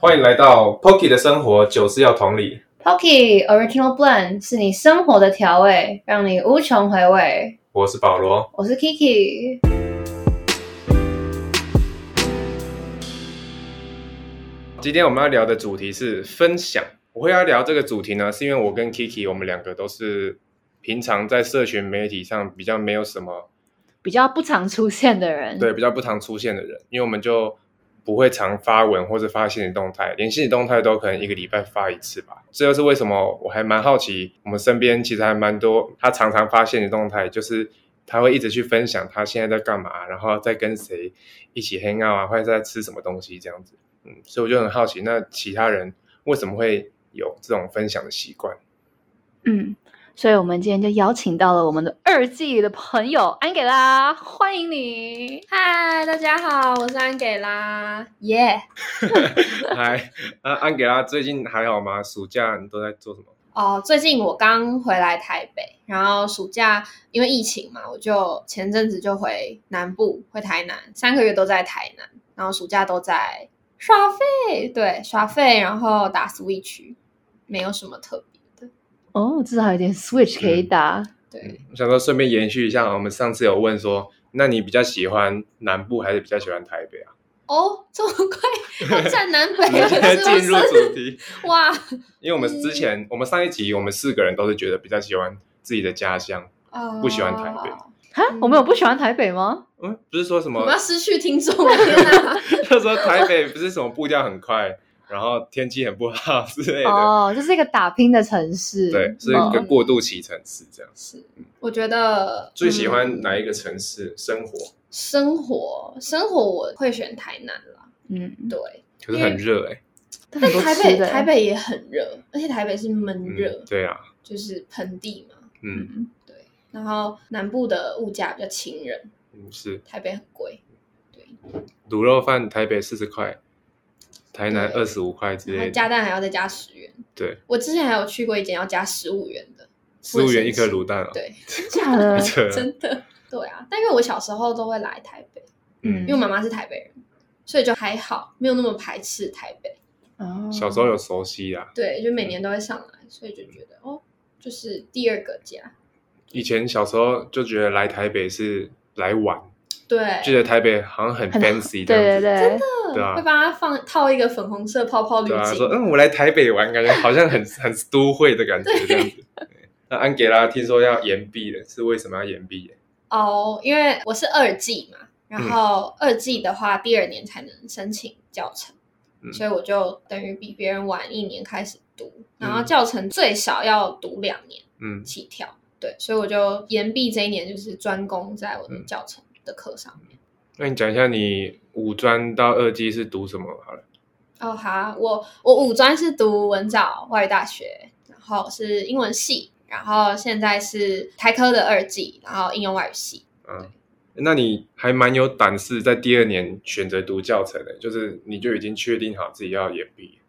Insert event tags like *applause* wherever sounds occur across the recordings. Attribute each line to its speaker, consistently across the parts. Speaker 1: 欢迎来到 Pocky 的生活，酒是要同理。
Speaker 2: Pocky Original Blend 是你生活的调味，让你无穷回味。
Speaker 1: 我是保罗，
Speaker 2: 我是 Kiki。
Speaker 1: 今天我们要聊的主题是分享。我会要聊这个主题呢，是因为我跟 Kiki 我们两个都是平常在社群媒体上比较没有什么
Speaker 2: 比较不常出现的人，
Speaker 1: 对比较不常出现的人，因为我们就不会常发文或者发现实动态，连现实动态都可能一个礼拜发一次吧。这就是为什么我还蛮好奇，我们身边其实还蛮多他常常发现实动态，就是他会一直去分享他现在在干嘛，然后在跟谁一起 hang out 啊，或者在吃什么东西这样子。嗯，所以我就很好奇，那其他人为什么会有这种分享的习惯？ *laughs*
Speaker 2: 嗯，所以我们今天就邀请到了我们的二季的朋友安给拉，欢迎你，
Speaker 3: 嗨，大家好，我是安给拉。
Speaker 2: 耶、
Speaker 1: 嗨，啊，安给拉最近还好吗？暑假你都在做什么？
Speaker 3: 哦，最近我刚回来台北，然后暑假因为疫情嘛，我就前阵子就回南部，回台南，三个月都在台南，然后暑假都在耍废，对，耍废，然后打 Switch，没有什么特别的，
Speaker 2: 哦，至少有点 Switch 可
Speaker 1: 嗯
Speaker 2: 以打。
Speaker 3: 对，
Speaker 1: 我想说顺便延续一下，我们上次有问说，那你比较喜欢南部还是比较喜欢台北啊？
Speaker 3: 哦，这么快要站南
Speaker 1: *laughs*
Speaker 3: 北啊
Speaker 1: 我们
Speaker 3: 了，
Speaker 1: 现在
Speaker 3: 是不
Speaker 1: 进入主
Speaker 3: 是？
Speaker 1: 题，
Speaker 3: 哇，
Speaker 1: 因为我们之前我们上一集我们四个人都是觉得比较喜欢自己的家乡，
Speaker 3: 哦
Speaker 1: 不喜欢台北
Speaker 2: 哈，
Speaker 3: 嗯
Speaker 2: 我们有不喜欢台北吗？
Speaker 1: 嗯，不是说什
Speaker 3: 我
Speaker 1: 么
Speaker 3: 们要，失去听众啊了，天哪！
Speaker 1: 他说台北不是什么步调很快，然后天气很不好 *laughs* 之类的，
Speaker 2: 哦，这是一个打拼的城市，
Speaker 1: 对，是一个
Speaker 2: 嗯
Speaker 1: 过渡期城市这样。
Speaker 3: 是， *laughs* 我觉得
Speaker 1: 最喜
Speaker 3: 嗯
Speaker 1: 欢哪一个城市生活？
Speaker 3: 生活，生活我会选台南啦。
Speaker 2: 嗯，
Speaker 3: 对，
Speaker 1: 可是很热哎、
Speaker 2: 但
Speaker 3: 但台北台
Speaker 2: 北，
Speaker 3: 北也很热，而且台北是闷
Speaker 1: 嗯
Speaker 3: 热，
Speaker 1: 对啊，
Speaker 3: 就是盆地嘛。
Speaker 1: 嗯，
Speaker 2: 嗯，
Speaker 3: 对，然后南部的物价比较亲人，
Speaker 1: 嗯是
Speaker 3: 台北很贵，
Speaker 1: 卤肉饭台北四十块，台南
Speaker 3: 对
Speaker 1: 二十五块之
Speaker 3: 然后
Speaker 1: 类
Speaker 3: 加
Speaker 1: 的，
Speaker 3: 蛋还要再加十元。
Speaker 1: 对，
Speaker 3: 我之前还有去过一间要加十五元的，
Speaker 1: 十五元一颗卤蛋啊，
Speaker 3: 对，呃
Speaker 2: 真假的
Speaker 1: 太？扯了，
Speaker 3: 真的，对啊。但因为我小时候都会来台北，
Speaker 2: 嗯
Speaker 3: 因为我妈妈是台北人，所以就还好，没有那么排斥台北。
Speaker 2: 哦
Speaker 1: 小时候有熟悉啊，
Speaker 3: 对，就每年都会上来，所以就觉得哦，就是第二个家。
Speaker 1: 以前小时候就觉得来台北是来玩，
Speaker 3: 对，
Speaker 1: 觉得台北好像很
Speaker 2: 很
Speaker 1: fancy 这
Speaker 2: 对对
Speaker 1: 样子。
Speaker 2: 对，
Speaker 3: 嗯
Speaker 1: 对啊
Speaker 3: 会帮他放套一个粉红色泡泡滤
Speaker 1: 对啊，
Speaker 3: 镜。
Speaker 1: 说嗯，我来台北玩，感觉好像很很都会的感觉这样子。那安吉拉听说要延毕了，是为什么要延毕？
Speaker 3: 哦，因为我是二季嘛，
Speaker 1: 嗯
Speaker 3: 然后二季的话，第二年才能申请教程，
Speaker 1: 嗯
Speaker 3: 所以我就等于比别人晚一年开始读，然后
Speaker 1: 嗯
Speaker 3: 教程最少要读两年
Speaker 1: 嗯，
Speaker 3: 起跳。对，所以我就延毕这一年，就是专攻在我的
Speaker 1: 嗯
Speaker 3: 教程的课上面。
Speaker 1: 那你讲一下你五专到二技是读什么好了？
Speaker 3: 哦，好啊，我我五专是读文藻外语大学，然后是英文系，然后现在是台科的二技，然后应用外语系。
Speaker 1: 嗯，那你还蛮有胆识，在第二年选择读教程的，就是你就已经确定好自己要延毕。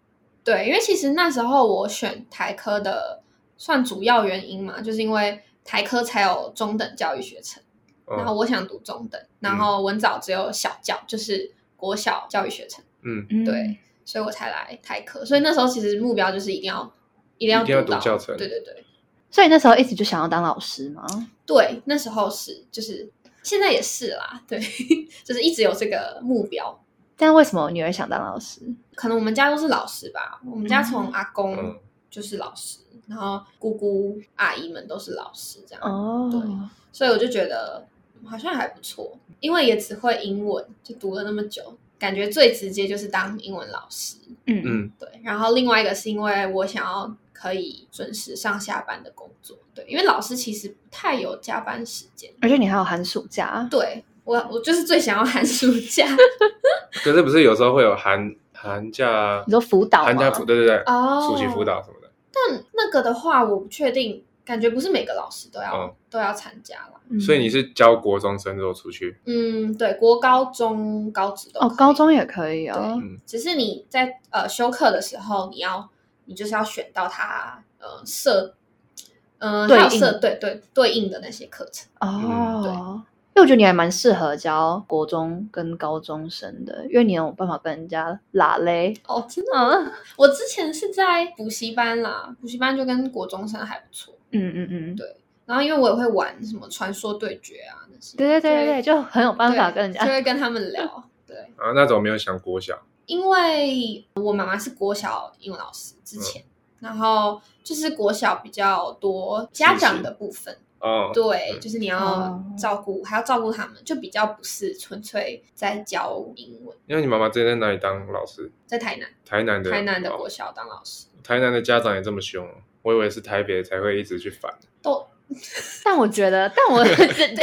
Speaker 3: 对，因为其实那时候我选台科的，算主要原因嘛，就是因为台科才有中等教育学程，然后
Speaker 1: 哦，
Speaker 3: 我想读中等，
Speaker 1: 嗯
Speaker 3: 然后文藻只有小教，就是国小教育学程，
Speaker 1: 嗯，
Speaker 2: 嗯
Speaker 3: 对，所以我才来台科。所以那时候其实目标就是一定要一定要
Speaker 1: 一定要
Speaker 3: 读到
Speaker 1: 读教程
Speaker 3: 对对对
Speaker 2: 所以那时候一直就想要当老师吗？
Speaker 3: 对，那时候是就是现在也是啦，对， *laughs* 就是一直有这个目标。
Speaker 2: 但为什么女儿想当老师？
Speaker 3: 可能我们家都是老师吧，我们家从阿
Speaker 1: 嗯
Speaker 3: 公就是老师，然后姑姑阿姨们都是老师这样，
Speaker 2: 哦，
Speaker 3: 对所以我就觉得嗯好像还不错，因为也只会英文，就读了那么久，感觉最直接就是当英文老师。
Speaker 2: 嗯嗯，
Speaker 1: 嗯，
Speaker 3: 对，然后另外一个是因为我想要可以准时上下班的工作，对，因为老师其实不太有加班时间。
Speaker 2: 而且你还有寒暑假，
Speaker 3: 对我，我就是最想要寒暑
Speaker 2: *laughs*
Speaker 3: 假
Speaker 1: 可是不是有时候会有寒寒假
Speaker 2: 你，说辅导吗
Speaker 1: 寒假辅对对对，
Speaker 3: 哦，
Speaker 1: 暑期辅导什么的。
Speaker 3: 但那个的话，我不确定，感觉不是每个老师都要、
Speaker 1: 哦
Speaker 3: 都要参加啦。
Speaker 2: 嗯
Speaker 1: 所以你是教国中生之后出去，
Speaker 3: 嗯，对，国高中、高职都
Speaker 2: 哦，
Speaker 3: 可以
Speaker 2: 高中也可以
Speaker 3: 对
Speaker 2: 哦。
Speaker 1: 嗯
Speaker 3: 只是你在呃修课的时候，你要你就是要选到他呃设嗯、呃、
Speaker 2: 对
Speaker 3: 还有
Speaker 2: 应
Speaker 1: 嗯
Speaker 3: 设对对对应的那些课程。
Speaker 2: 哦，因为我觉得你还蛮适合教国中跟高中生的，因为你有办法跟人家拉嘞。
Speaker 3: 哦，真的，
Speaker 2: 嗯
Speaker 3: 我之前是在补习班啦，补习班就跟国中生还不错。
Speaker 2: 嗯嗯嗯，
Speaker 3: 对然后因为我也会玩什么传说对决啊那些，
Speaker 2: 对对对对对，
Speaker 3: 就
Speaker 2: 就很有办
Speaker 3: 会
Speaker 2: 法跟人
Speaker 3: 就
Speaker 2: 家。
Speaker 3: 会跟他们聊。对，
Speaker 1: 啊，那种没有想国小，
Speaker 3: 因为我妈妈是国小英文老师
Speaker 1: 嗯
Speaker 3: 之前，然后就是国小比较多家长的部分，
Speaker 1: 哦，
Speaker 3: 对，
Speaker 1: 嗯
Speaker 3: 就是你要
Speaker 2: 哦
Speaker 3: 照顾，还要照顾他们，就比较不是纯粹在教英文。
Speaker 1: 因为你妈妈之前在哪里当老师？
Speaker 3: 在台南，
Speaker 1: 台南的，
Speaker 3: 台南的
Speaker 1: 哦
Speaker 3: 国小当老
Speaker 2: 嗯
Speaker 3: 师，
Speaker 1: 台南的家长也这么凶哦，我以为是台北才会一直去烦， *laughs*
Speaker 3: 都
Speaker 2: 但我觉得，但我等一下等一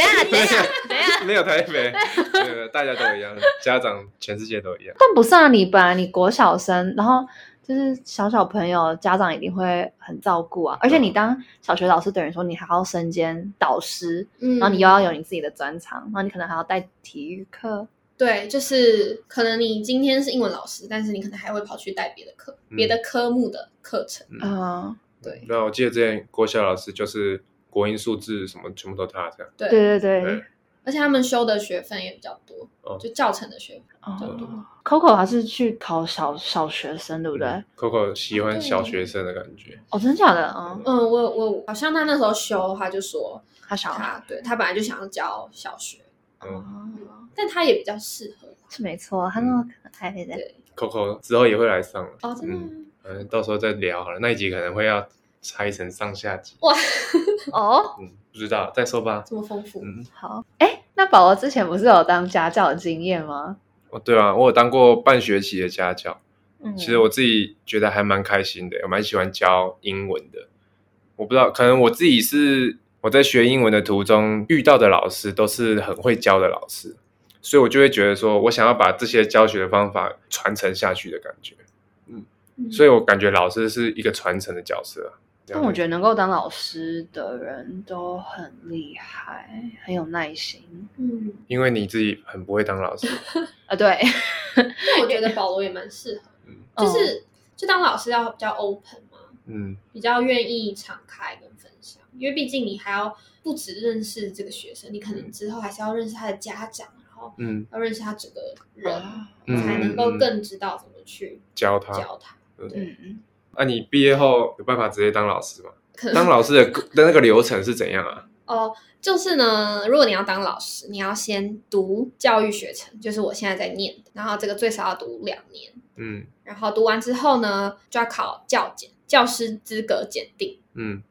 Speaker 2: 下等一下，
Speaker 1: 没有台北，没有没有大家都一样，家长全世界都一样。
Speaker 2: 但不是啊，你本来你国小生，然后就是小小朋友，家长一定会很照顾啊。而且
Speaker 1: 嗯
Speaker 2: 你当小学老师，等于说你还要身兼导师，
Speaker 3: 嗯，
Speaker 2: 然后你又要有你自己的专长，然后你可能还要带体育课。
Speaker 3: 对，就是可能你今天是英文老师，但是你可能还会跑去带别的课、
Speaker 1: 嗯
Speaker 3: 别的科目的课程。
Speaker 1: 嗯，
Speaker 2: 嗯，
Speaker 3: 对
Speaker 1: 那我记得之前国小老师就是国英数字什么全部都他这样，
Speaker 3: 对，
Speaker 2: 对对对
Speaker 1: 对。
Speaker 3: 而且他们修的学分也比较多，
Speaker 1: 哦
Speaker 3: 就教程的学分。对对
Speaker 2: 哦，Coco 还是去考小小学生，对不对？
Speaker 3: 嗯
Speaker 1: ，Coco 喜欢小学生的感觉，
Speaker 2: 哦，真的假的？嗯，
Speaker 3: 嗯，我我好像他那时候修，他就说
Speaker 2: 他小孩
Speaker 3: 他对他本来就想要教小学，
Speaker 1: 嗯
Speaker 2: 哦，
Speaker 3: 但他也比较适合。
Speaker 2: 是没错，
Speaker 3: 嗯
Speaker 2: 他那么可爱的。
Speaker 3: 对，
Speaker 1: ，Coco 之后也会来上了，
Speaker 3: 哦，真的吗、
Speaker 1: 反正到时候再聊好了，那一集可能会要拆成上下集，
Speaker 3: 哇，
Speaker 2: 哦，
Speaker 1: 嗯，不知道再说吧，
Speaker 3: 这么丰富。
Speaker 1: 嗯，
Speaker 2: 好，哎，那宝宝之前不是有当家教的经验吗？
Speaker 1: 哦对啊，我有当过半学期的家教。
Speaker 2: 嗯，
Speaker 1: 其实我自己觉得还蛮开心的，我蛮喜欢教英文的。我不知道，可能我自己是我在学英文的途中遇到的老师都是很会教的老师，所以我就会觉得说我想要把这些教学的方法传承下去的感觉。
Speaker 3: 嗯
Speaker 1: 所以我感觉老师是一个传承的角色啊。
Speaker 2: 但我
Speaker 1: 得
Speaker 2: 觉得能够当老师的人都很厉害，很有耐心
Speaker 3: 嗯，
Speaker 1: 因为你自己很不会当
Speaker 2: *laughs*
Speaker 1: 老师，
Speaker 2: 啊。对，
Speaker 3: 那我觉得保罗也蛮适合，
Speaker 1: 嗯
Speaker 3: 就是、就当老师要比较 open 嘛，
Speaker 1: 嗯，
Speaker 3: 比较愿意敞开跟分享，因为毕竟你还要不只认识这个学生，你可能之后还是要认识他的家长，然后
Speaker 1: 嗯
Speaker 3: 要认识他整个人，
Speaker 1: 嗯
Speaker 3: 才能够更知道怎么去
Speaker 1: 教他。
Speaker 3: 教他。
Speaker 2: 嗯嗯，
Speaker 1: 那、你毕业后有办法直接当老师吗？
Speaker 3: 可
Speaker 1: 当
Speaker 3: 能
Speaker 1: 老师的的那个流程是怎样啊？
Speaker 3: 哦，就是呢，如果你要当老师，你要先读教育学程，就是我现在在念的，然后这个最少要读两年，
Speaker 1: 嗯
Speaker 3: 然后读完之后呢，就要考教检，教师资格检定。
Speaker 1: 嗯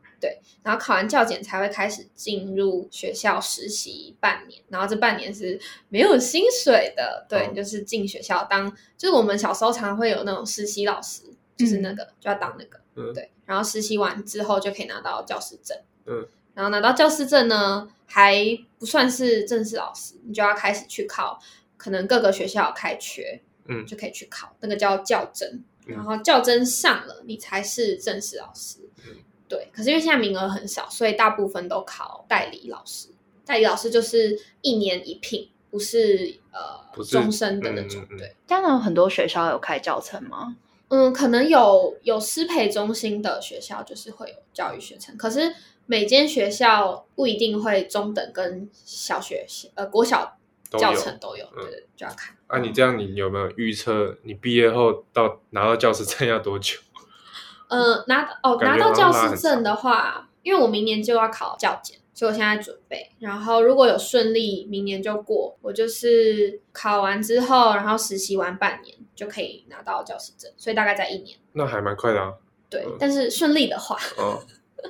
Speaker 3: 然后考完教检才会开始进入学校实习半年，然后这半年是没有薪水的，
Speaker 1: 哦
Speaker 3: 对，你就是进学校当，就是我们小时候常会有那种实习老师，就是那个、就要当那个，
Speaker 1: 嗯
Speaker 3: 对，然后实习完之后就可以拿到教师证，
Speaker 1: 嗯，
Speaker 3: 然后拿到教师证呢，还不算是正式老师，你就要开始去考，可能各个学校开缺，
Speaker 1: 嗯
Speaker 3: 就可以去考，那个叫教甄，
Speaker 1: 嗯
Speaker 3: 然后教甄上了，你才是正式老师。
Speaker 1: 嗯
Speaker 3: 对，可是因为现在名额很少，所以大部分都考代理老师。代理老师就是一年一聘，不是呃
Speaker 1: 不是
Speaker 3: 终身的那种。
Speaker 1: 嗯嗯嗯
Speaker 3: 对，
Speaker 2: 家长有很多学校有开教程吗？
Speaker 3: 嗯，可能有有师培中心的学校就是会有教育学程，可是每间学校不一定会中等跟小学呃国小
Speaker 1: 都
Speaker 3: 教
Speaker 1: 有
Speaker 3: 程都有，
Speaker 1: 嗯
Speaker 3: 对对，就要看。
Speaker 1: 啊，你这样你有没有预测你毕业后到拿到教师证要多久？ *laughs*
Speaker 3: 呃，拿到哦，拿
Speaker 1: 嗯感觉
Speaker 3: 到
Speaker 1: 好像
Speaker 3: 教
Speaker 1: 拉
Speaker 3: 师
Speaker 1: 很
Speaker 3: 证的话，因为我明年就要考教检，所以我现在准备。然后如果有顺利，明年就过。我就是考完之后，然后实习完半年就可以拿到教师证，所以大概在一年。
Speaker 1: 那还蛮快的啊。
Speaker 3: 对
Speaker 1: 嗯，
Speaker 3: 但是顺利的话，
Speaker 1: 哦，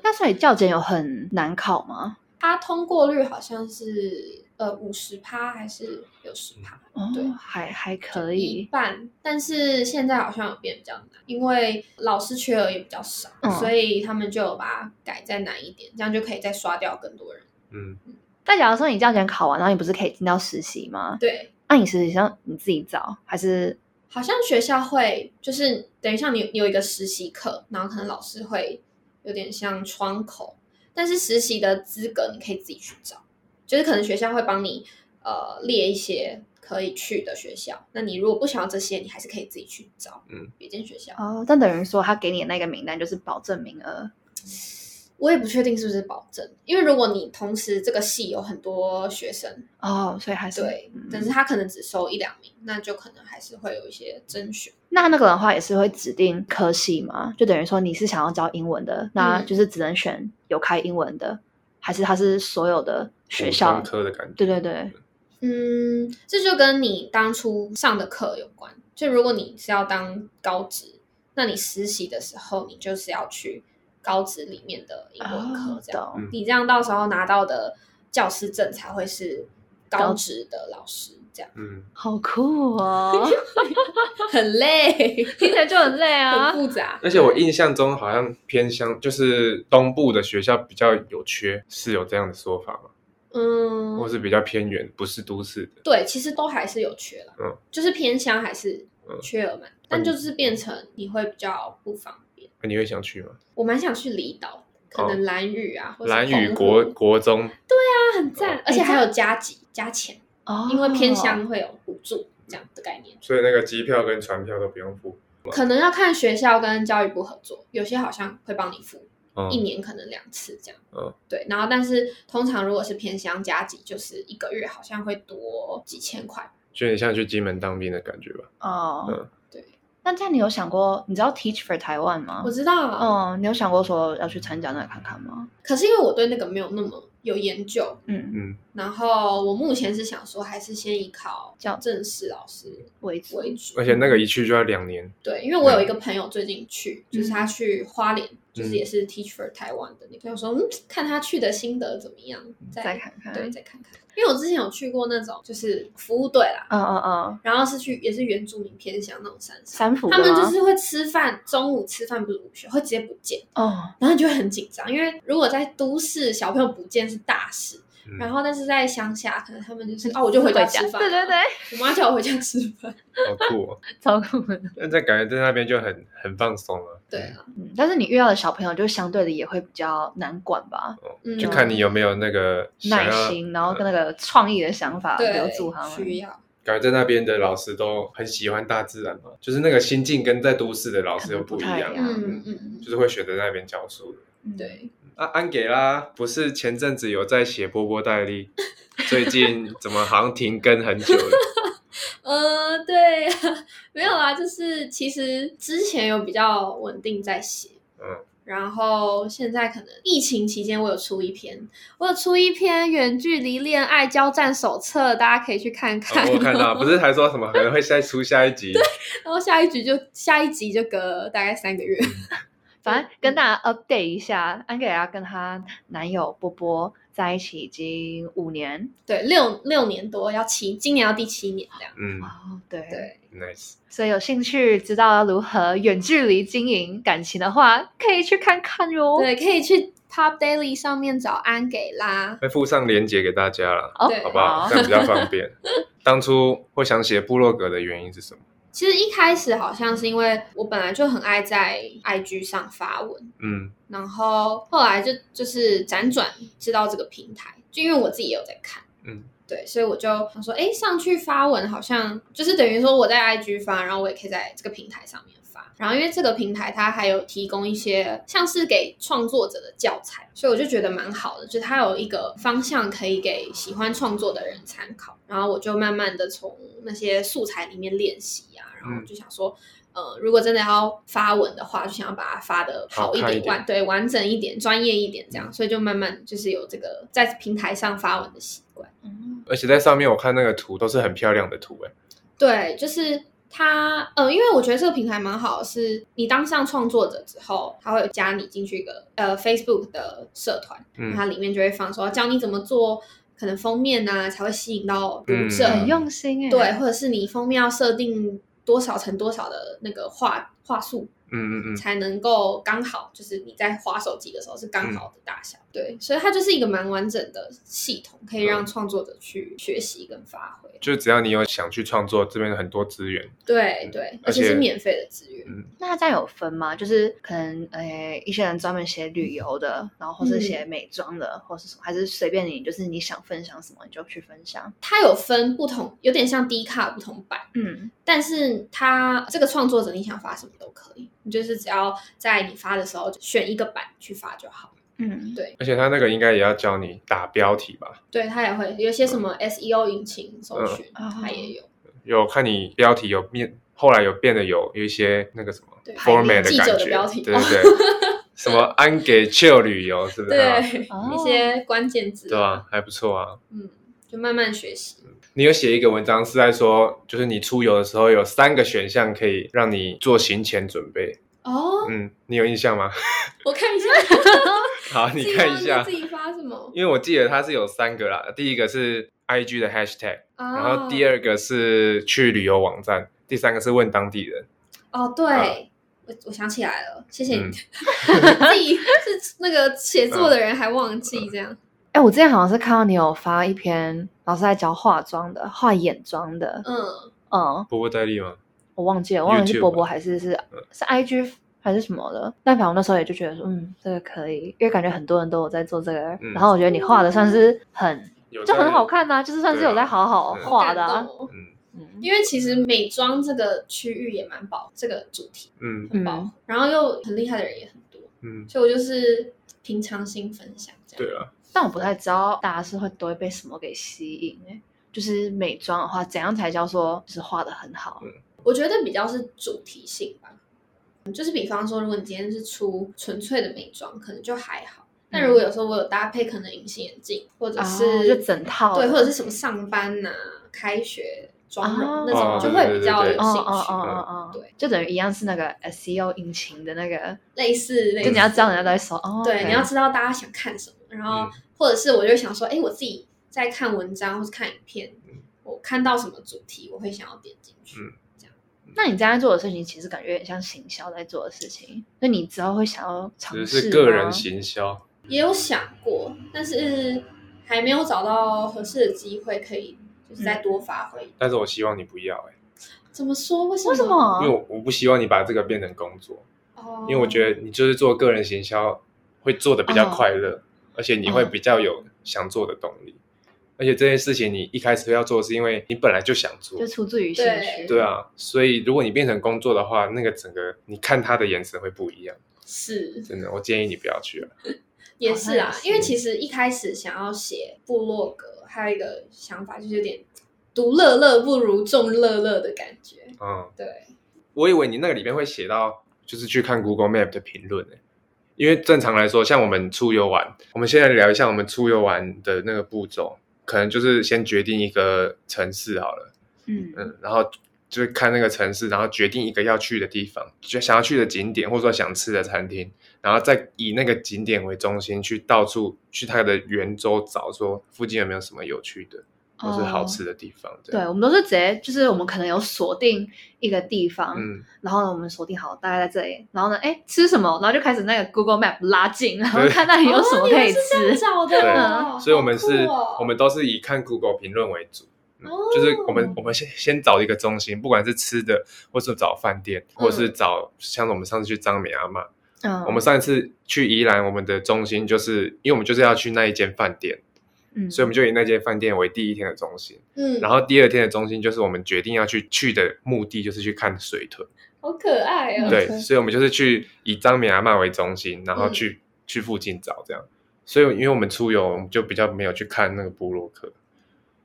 Speaker 2: 那所以教检有很难考吗？
Speaker 3: 它通过率好像是呃五十趴还是六十
Speaker 1: 嗯
Speaker 3: 趴，
Speaker 2: 哦
Speaker 3: 对
Speaker 2: 还还可
Speaker 3: 一
Speaker 2: 以。
Speaker 3: 半。但是现在好像有变比较难，因为老师缺额也比较少，
Speaker 2: 嗯
Speaker 3: 所以他们就有把它改再难一点，这样就可以再刷掉更多人。
Speaker 1: 嗯，
Speaker 2: 但假如说你教检考完，然后你不是可以进到实习吗？
Speaker 3: 对，
Speaker 2: 那你实习上你自己找还是？
Speaker 3: 好像学校会就是等于像你你有一个实习课，然后可能老师会有点像窗口，但是实习的资格你可以自己去找，就是可能学校会帮你呃列一些可以去的学校，那你如果不想要这些，你还是可以自己去找
Speaker 1: 嗯
Speaker 3: 别间学校。
Speaker 2: 哦，但等于说他给你的那个名单就是保证名额，
Speaker 3: 我也不确定是不是保证，因为如果你同时这个系有很多学生，
Speaker 2: 哦，所以还是
Speaker 3: 对，但
Speaker 2: 嗯
Speaker 3: 是他可能只收一两名，那就可能还是会有一些甄选。
Speaker 2: 那那个的话也是会指定科系吗？就等于说你是想要教英文的，那
Speaker 3: 嗯
Speaker 2: 就是只能选有开英文的，还是它是所有的学
Speaker 1: 普
Speaker 2: 校
Speaker 1: 通？科的感觉。
Speaker 2: 对对对，
Speaker 3: 嗯，这就跟你当初上的课有关。就如果你是要当高职，那你实习的时候，你就是要去高职里面的英文课
Speaker 2: 哦，
Speaker 3: 这样、
Speaker 2: 懂
Speaker 1: 嗯
Speaker 3: 你这样到时候拿到的教师证才会是高
Speaker 2: 高
Speaker 3: 职的老师，
Speaker 2: *laughs*
Speaker 3: 这样
Speaker 1: 嗯，
Speaker 2: 好酷
Speaker 3: *laughs*
Speaker 2: 哦，
Speaker 3: 很累，
Speaker 2: 听起来就很累啊
Speaker 3: 很。复杂。
Speaker 1: *laughs* 而且我印象中好像偏乡，就是东部的学校比较有缺，是有这样的说法吗？
Speaker 3: 嗯
Speaker 1: 或，是比较偏远，不是都市的？
Speaker 3: 对，其实都还是有缺了，
Speaker 1: 嗯
Speaker 3: 就是偏乡还是
Speaker 1: 嗯
Speaker 3: 缺额满，但就是变成你会比较不方便。
Speaker 1: 啊那你会想去吗？
Speaker 3: 我蛮想去离岛，可能蓝屿啊，或者
Speaker 1: 哦蓝屿国哦国中，
Speaker 3: 它很赞，而且还有加急加钱，
Speaker 2: 哦，
Speaker 3: 因
Speaker 2: *laughs*
Speaker 3: 为偏乡会有补助这样的概念，
Speaker 1: 所以那个机票跟船票都不用付。
Speaker 3: 可能要看学校跟教育部合作，有些好像会帮你付，
Speaker 1: 嗯
Speaker 3: 一年可能两次这样。
Speaker 1: 嗯
Speaker 3: 对，然后但是通常如果是偏乡加急，就是一个月好像会多几千块。
Speaker 1: 就有点像去金门当兵的感觉吧。
Speaker 2: 哦
Speaker 1: 嗯。
Speaker 3: 对，
Speaker 2: 那这样你有想过，你知道 Teach for 台湾吗
Speaker 3: 我？知道，嗯
Speaker 2: 哦，你有想过说要去参加那个看看吗？
Speaker 3: 可是因为我对那个没有那么有研究，
Speaker 2: 嗯，
Speaker 1: 嗯，
Speaker 3: 然后我目前是想说，还是先以考
Speaker 2: 教
Speaker 3: 正式老师
Speaker 2: 为主
Speaker 3: 为主。
Speaker 1: 而且那个一去就要两年。
Speaker 3: 对，因为我有一个朋友最近去，
Speaker 2: 嗯
Speaker 3: 就是他去花莲，就是也是 Teach for 台湾的那个，我说嗯，看他去的心得怎么样，再
Speaker 2: 再看看。
Speaker 3: 对，再看看。因为我之前有去过那种就是服务队啦，
Speaker 2: 嗯嗯嗯，
Speaker 3: 然后是去也是原住民偏乡那种山上，
Speaker 2: 三福
Speaker 3: 他们
Speaker 2: 吗
Speaker 3: 就是会吃饭，中午吃饭不是午休，会直接不见，
Speaker 2: 哦，
Speaker 3: 然后你就会很紧张，因为如果在都市小朋友不见是大事，
Speaker 1: 嗯、
Speaker 3: 然后但是在乡下，可能他们就是哦，我就回家吃饭。
Speaker 2: 对对，
Speaker 3: *laughs*
Speaker 2: 对，
Speaker 3: 我妈叫我回家吃饭。
Speaker 1: 好酷哦！ *laughs*
Speaker 2: 超酷的。
Speaker 1: 但在感觉在那边就很很放松了。
Speaker 3: 对啊，
Speaker 2: 嗯，但是你遇到的小朋友就相对的也会比较难管吧，
Speaker 3: 嗯，
Speaker 1: 就看你有没有那个想
Speaker 2: 耐
Speaker 1: 要嗯
Speaker 2: 心，然后跟那个创意的想法留
Speaker 3: 对
Speaker 2: 住他们。
Speaker 3: 需要，
Speaker 1: 感觉在那边的老师都很喜欢大自然嘛，就是那个心境跟在都市的老师又一
Speaker 2: 可能不太一
Speaker 1: 样，
Speaker 2: 样
Speaker 3: 嗯嗯嗯，
Speaker 1: 就是会选择在那边教书的。
Speaker 2: 嗯，
Speaker 3: 对，
Speaker 1: 那、安给拉不是前阵子有在写波波戴利， *laughs* 最近怎么好像停更很久
Speaker 2: *laughs*
Speaker 1: 了？
Speaker 3: 呃，对 *laughs* 啊，没有啊，就是其实之前有比较稳定在写，
Speaker 1: 嗯，
Speaker 3: 然后现在可能疫情期间我有出一篇，我有出一篇《远距离恋爱交战手册》，大家可以去看看、
Speaker 1: 啊我有看到，不是还说什么可能会再出下一集？
Speaker 3: *laughs* 然后下一局就下一集就隔大概三个月，
Speaker 2: 反正跟大家 update 一下，安吉拉跟她男友波波在一起已经五年
Speaker 3: 对，六六年多要七，今年要第七年这样。
Speaker 1: 嗯
Speaker 2: 哦，对
Speaker 3: 对，
Speaker 1: ，nice。
Speaker 2: 所以有兴趣知道如何远距离经营感情的话，可以去看看哟。，
Speaker 3: 对，可以去 Pop Daily 上面找安给啦。
Speaker 1: 会附上链接给大家啦，
Speaker 2: 哦
Speaker 3: 对，
Speaker 1: 好不好？这样比较方
Speaker 2: *laughs*
Speaker 1: 便。当初会想写部落格的原因是什么？
Speaker 3: 其实一开始好像是因为我本来就很爱在 IG 上发文，
Speaker 1: 嗯
Speaker 3: 然后后来就就是辗转知道这个平台，就因为我自己也有在看，
Speaker 1: 嗯，
Speaker 3: 对，所以我就想说，哎，上去发文好像就是等于说我在 IG 发，然后我也可以在这个平台上面发。然后因为这个平台它还有提供一些像是给创作者的教材，所以我就觉得蛮好的，就是它有一个方向可以给喜欢创作的人参考。然后我就慢慢的从那些素材里面练习啊，然
Speaker 1: 嗯
Speaker 3: 后就想说。呃，如果真的要发文的话，就想要把它发的好一
Speaker 1: 好看
Speaker 3: 点，
Speaker 1: 一点嗯
Speaker 3: 完对完整一点，专业一点，这样，所以就慢慢就是有这个在平台上发文的习惯。
Speaker 2: 嗯
Speaker 1: 而且在上面我看那个图都是很漂亮的图、哎，
Speaker 3: 对，就是它，呃，因为我觉得这个平台蛮好的是，你当上创作者之后，它会加你进去一个呃 Facebook 的社团，
Speaker 1: 嗯
Speaker 3: 它里面就会放说教你怎么做，可能封面啊才会吸引到读
Speaker 1: 嗯
Speaker 3: 者，
Speaker 2: 很用心哎。
Speaker 3: 对，，或者是你封面要设定多少乘多少的那个画画素
Speaker 1: 嗯嗯嗯，
Speaker 3: 才能够刚好，就是你在划手机的时候是刚好的大小。对，所以它就是一个蛮完整的系统，可以让创作者去学习跟发挥。
Speaker 1: 就只要你有想去创作，这边有很多资源，
Speaker 3: 对对，而
Speaker 1: 而且
Speaker 3: 且是免费的资源。
Speaker 2: 那它这样有分吗？就是可能呃，一些人专门写旅游的，然后或是写美妆的，或是什么，还是随便你，就是你想分享什么你就去分享。
Speaker 3: 它有分不同，有点像低卡不同版，
Speaker 2: 嗯，
Speaker 3: 但是它这个创作者你想发什么都可以，你就是只要在你发的时候选一个版去发就好。
Speaker 2: 嗯，
Speaker 3: 对
Speaker 1: 而且他那个应该也要教你打标题吧？
Speaker 3: 对他也会有一些什么 SEO 引擎搜寻，
Speaker 2: 嗯
Speaker 3: 他也有
Speaker 1: 有看你标题有变，后来有变得有有一些那个什么
Speaker 3: 对
Speaker 1: format
Speaker 3: 记
Speaker 1: 感
Speaker 3: 者的
Speaker 1: 觉，
Speaker 3: 标题哦
Speaker 1: 对对对，什
Speaker 3: *laughs*
Speaker 1: 么安给 chill 旅游是不是？啊
Speaker 3: 对
Speaker 2: 哦
Speaker 3: 一些关键字，
Speaker 1: 对啊，嗯还不错啊。
Speaker 3: 嗯，就慢慢学习。
Speaker 1: 你有写一个文章是在说，就是你出游的时候有三个选项可以让你做行前准备。
Speaker 3: 哦，
Speaker 1: 嗯，你有印象吗？ *laughs*
Speaker 3: 我看一下，
Speaker 1: 好，你看一下
Speaker 3: 自，己发什么？
Speaker 1: 因为我记得它是有三个啦。第一个是 I G 的 hashtag，然
Speaker 3: 然
Speaker 1: 后第
Speaker 3: 二
Speaker 1: 二个是去旅游网站，第三个是问当地人。
Speaker 3: 哦，对，我我想起来了，谢谢你，
Speaker 1: 啊嗯
Speaker 3: *laughs* 自己是那个写作的人还忘
Speaker 1: 嗯
Speaker 3: 记这样。
Speaker 2: 哎，我之前好像是看到你有发一篇老师在教化妆的、画眼妆的，
Speaker 3: 嗯，
Speaker 2: 嗯，
Speaker 1: 波波戴利吗？
Speaker 2: 我忘记了，忘了是
Speaker 1: YouTube 呃
Speaker 2: 波波还是是是 IG 还是什么的。但反正我那时候也就觉得说，嗯，这个可以，因为感觉很多人都有在做这个，
Speaker 1: 嗯
Speaker 2: 然后我觉得你画的算是很
Speaker 1: 有
Speaker 2: 就很好
Speaker 1: 看。
Speaker 2: 看呐、就是算是有在好好
Speaker 1: 对啊
Speaker 2: 画的、
Speaker 3: 感
Speaker 2: 啊。
Speaker 3: 动哦
Speaker 1: 嗯
Speaker 2: 嗯
Speaker 3: 因为其实美妆这个区域也蛮饱，这个主题
Speaker 1: 嗯
Speaker 3: 很饱
Speaker 2: 嗯，
Speaker 3: 然后又很厉害的人也很多，
Speaker 1: 嗯，
Speaker 3: 所以我就是平常心分享这样。
Speaker 1: 对啊，
Speaker 2: 但我不太知道大家是会都会被什么给吸引、欸、就是美妆的话，怎样才叫做就是画的很好？
Speaker 3: 我觉得比较是主题性吧，就是比方说，如果你今天是出纯粹的美妆，可能就还好。但如果有时候我有搭配，可能隐形眼镜，或
Speaker 1: 嗯
Speaker 3: 者是、
Speaker 2: 嗯哦就整套的
Speaker 3: 对，或者是什么上班呐、开学妆容、
Speaker 2: 哦
Speaker 3: 那种，就会比较有兴趣。
Speaker 1: 啊对
Speaker 2: 哦哦哦
Speaker 1: 嗯
Speaker 2: 哦哦，
Speaker 3: 对，
Speaker 2: 就等于一样是那个 SEO 引擎的那个，
Speaker 3: 类似类似，
Speaker 2: 就你要知道人家都在搜哦，
Speaker 3: 对，
Speaker 2: OK
Speaker 3: 你要知道大家想看什么，然后、
Speaker 1: 嗯
Speaker 3: 或者是我就想说，哎，我自己在看文章或是看影片，我看到什么主题，我会想要点进去。
Speaker 1: 嗯
Speaker 2: 那你现在做的事情，其实感觉有点像行销在做的事情，那你之后会想要尝
Speaker 1: 只
Speaker 2: 试
Speaker 1: 是个
Speaker 2: 吗
Speaker 1: 人行销。
Speaker 3: 也有想过，但是还没有找到合适的机会可以，就是再多发挥。
Speaker 1: 但是我希望你不要哎、
Speaker 3: 怎么说？为什么？
Speaker 2: 嗯为什？么？
Speaker 1: 因为我我不希望你把这个变成工作，
Speaker 3: 哦，
Speaker 1: 因为我觉得你就是做个人行销会做的比较
Speaker 2: 哦
Speaker 1: 快乐，而且你会比较有想做的动力。而且这件事情你一开始要做，是因为你本来就想做
Speaker 2: 就，出自于兴趣，
Speaker 1: 对，啊。所以如果你变成工作的话，那个整个你看他的眼神会不一样，
Speaker 3: 是
Speaker 1: 真的。我建议你不要去啊了。
Speaker 3: 也是啊
Speaker 2: 好像也，是
Speaker 3: 因为其实一开始想要写部落格，还有一个想法就是有点独乐乐不如众乐乐的感觉。
Speaker 1: 嗯，
Speaker 3: 对，
Speaker 1: 我以为你那个里面会写到，就是去看 Google Map 的评论、欸、因为正常来说，像我们出游玩，我们现在聊一下我们出游玩的那个步骤，可能就是先决定一个城市好了，
Speaker 2: 嗯
Speaker 1: 嗯，然后就是看那个城市，然后决定一个要去的地方，就想要去的景点，或者说想吃的餐厅，然后再以那个景点为中心去到处去它的圆周找，说附近有没有什么有趣的或是好吃的地方，这
Speaker 2: 对，
Speaker 1: 样，
Speaker 2: 我们都是直接就是我们可能有锁定一个地方，
Speaker 1: 嗯，
Speaker 2: 然后呢，我们锁定好大概在这里，然后呢，哎，吃什么？然后就开始那个 Google Map 拉近，然后
Speaker 1: 对
Speaker 2: 看那里 *laughs* 有什么可以吃。
Speaker 3: 哦你们是这样找的哦，
Speaker 1: 所以我们
Speaker 3: 好酷
Speaker 1: 是，
Speaker 3: 哦
Speaker 1: 我们都是以看 Google 评论为主。嗯
Speaker 3: 哦
Speaker 1: 就是我们我们先先找一个中心，不管是吃的，或是找饭店，或
Speaker 3: 嗯
Speaker 1: 是找像我们上次去张美阿妈，*laughs*
Speaker 2: 嗯，
Speaker 1: 我们上一次去宜兰，我们的中心就是因为我们就是要去那一间饭店，
Speaker 2: 嗯，
Speaker 1: 所以我们就以那间饭店为第一天的中心，
Speaker 3: 嗯，
Speaker 1: 然后第二天的中心就是我们决定要去去的目的就是去看水豚，
Speaker 3: 好可爱哦。
Speaker 1: 对，
Speaker 2: OK
Speaker 1: 所以我们就是去以张美阿嬷为中心，然
Speaker 3: 嗯
Speaker 1: 后去、去附近找这样。所以，因为我们出游，我们就比较没有去看那个部落客，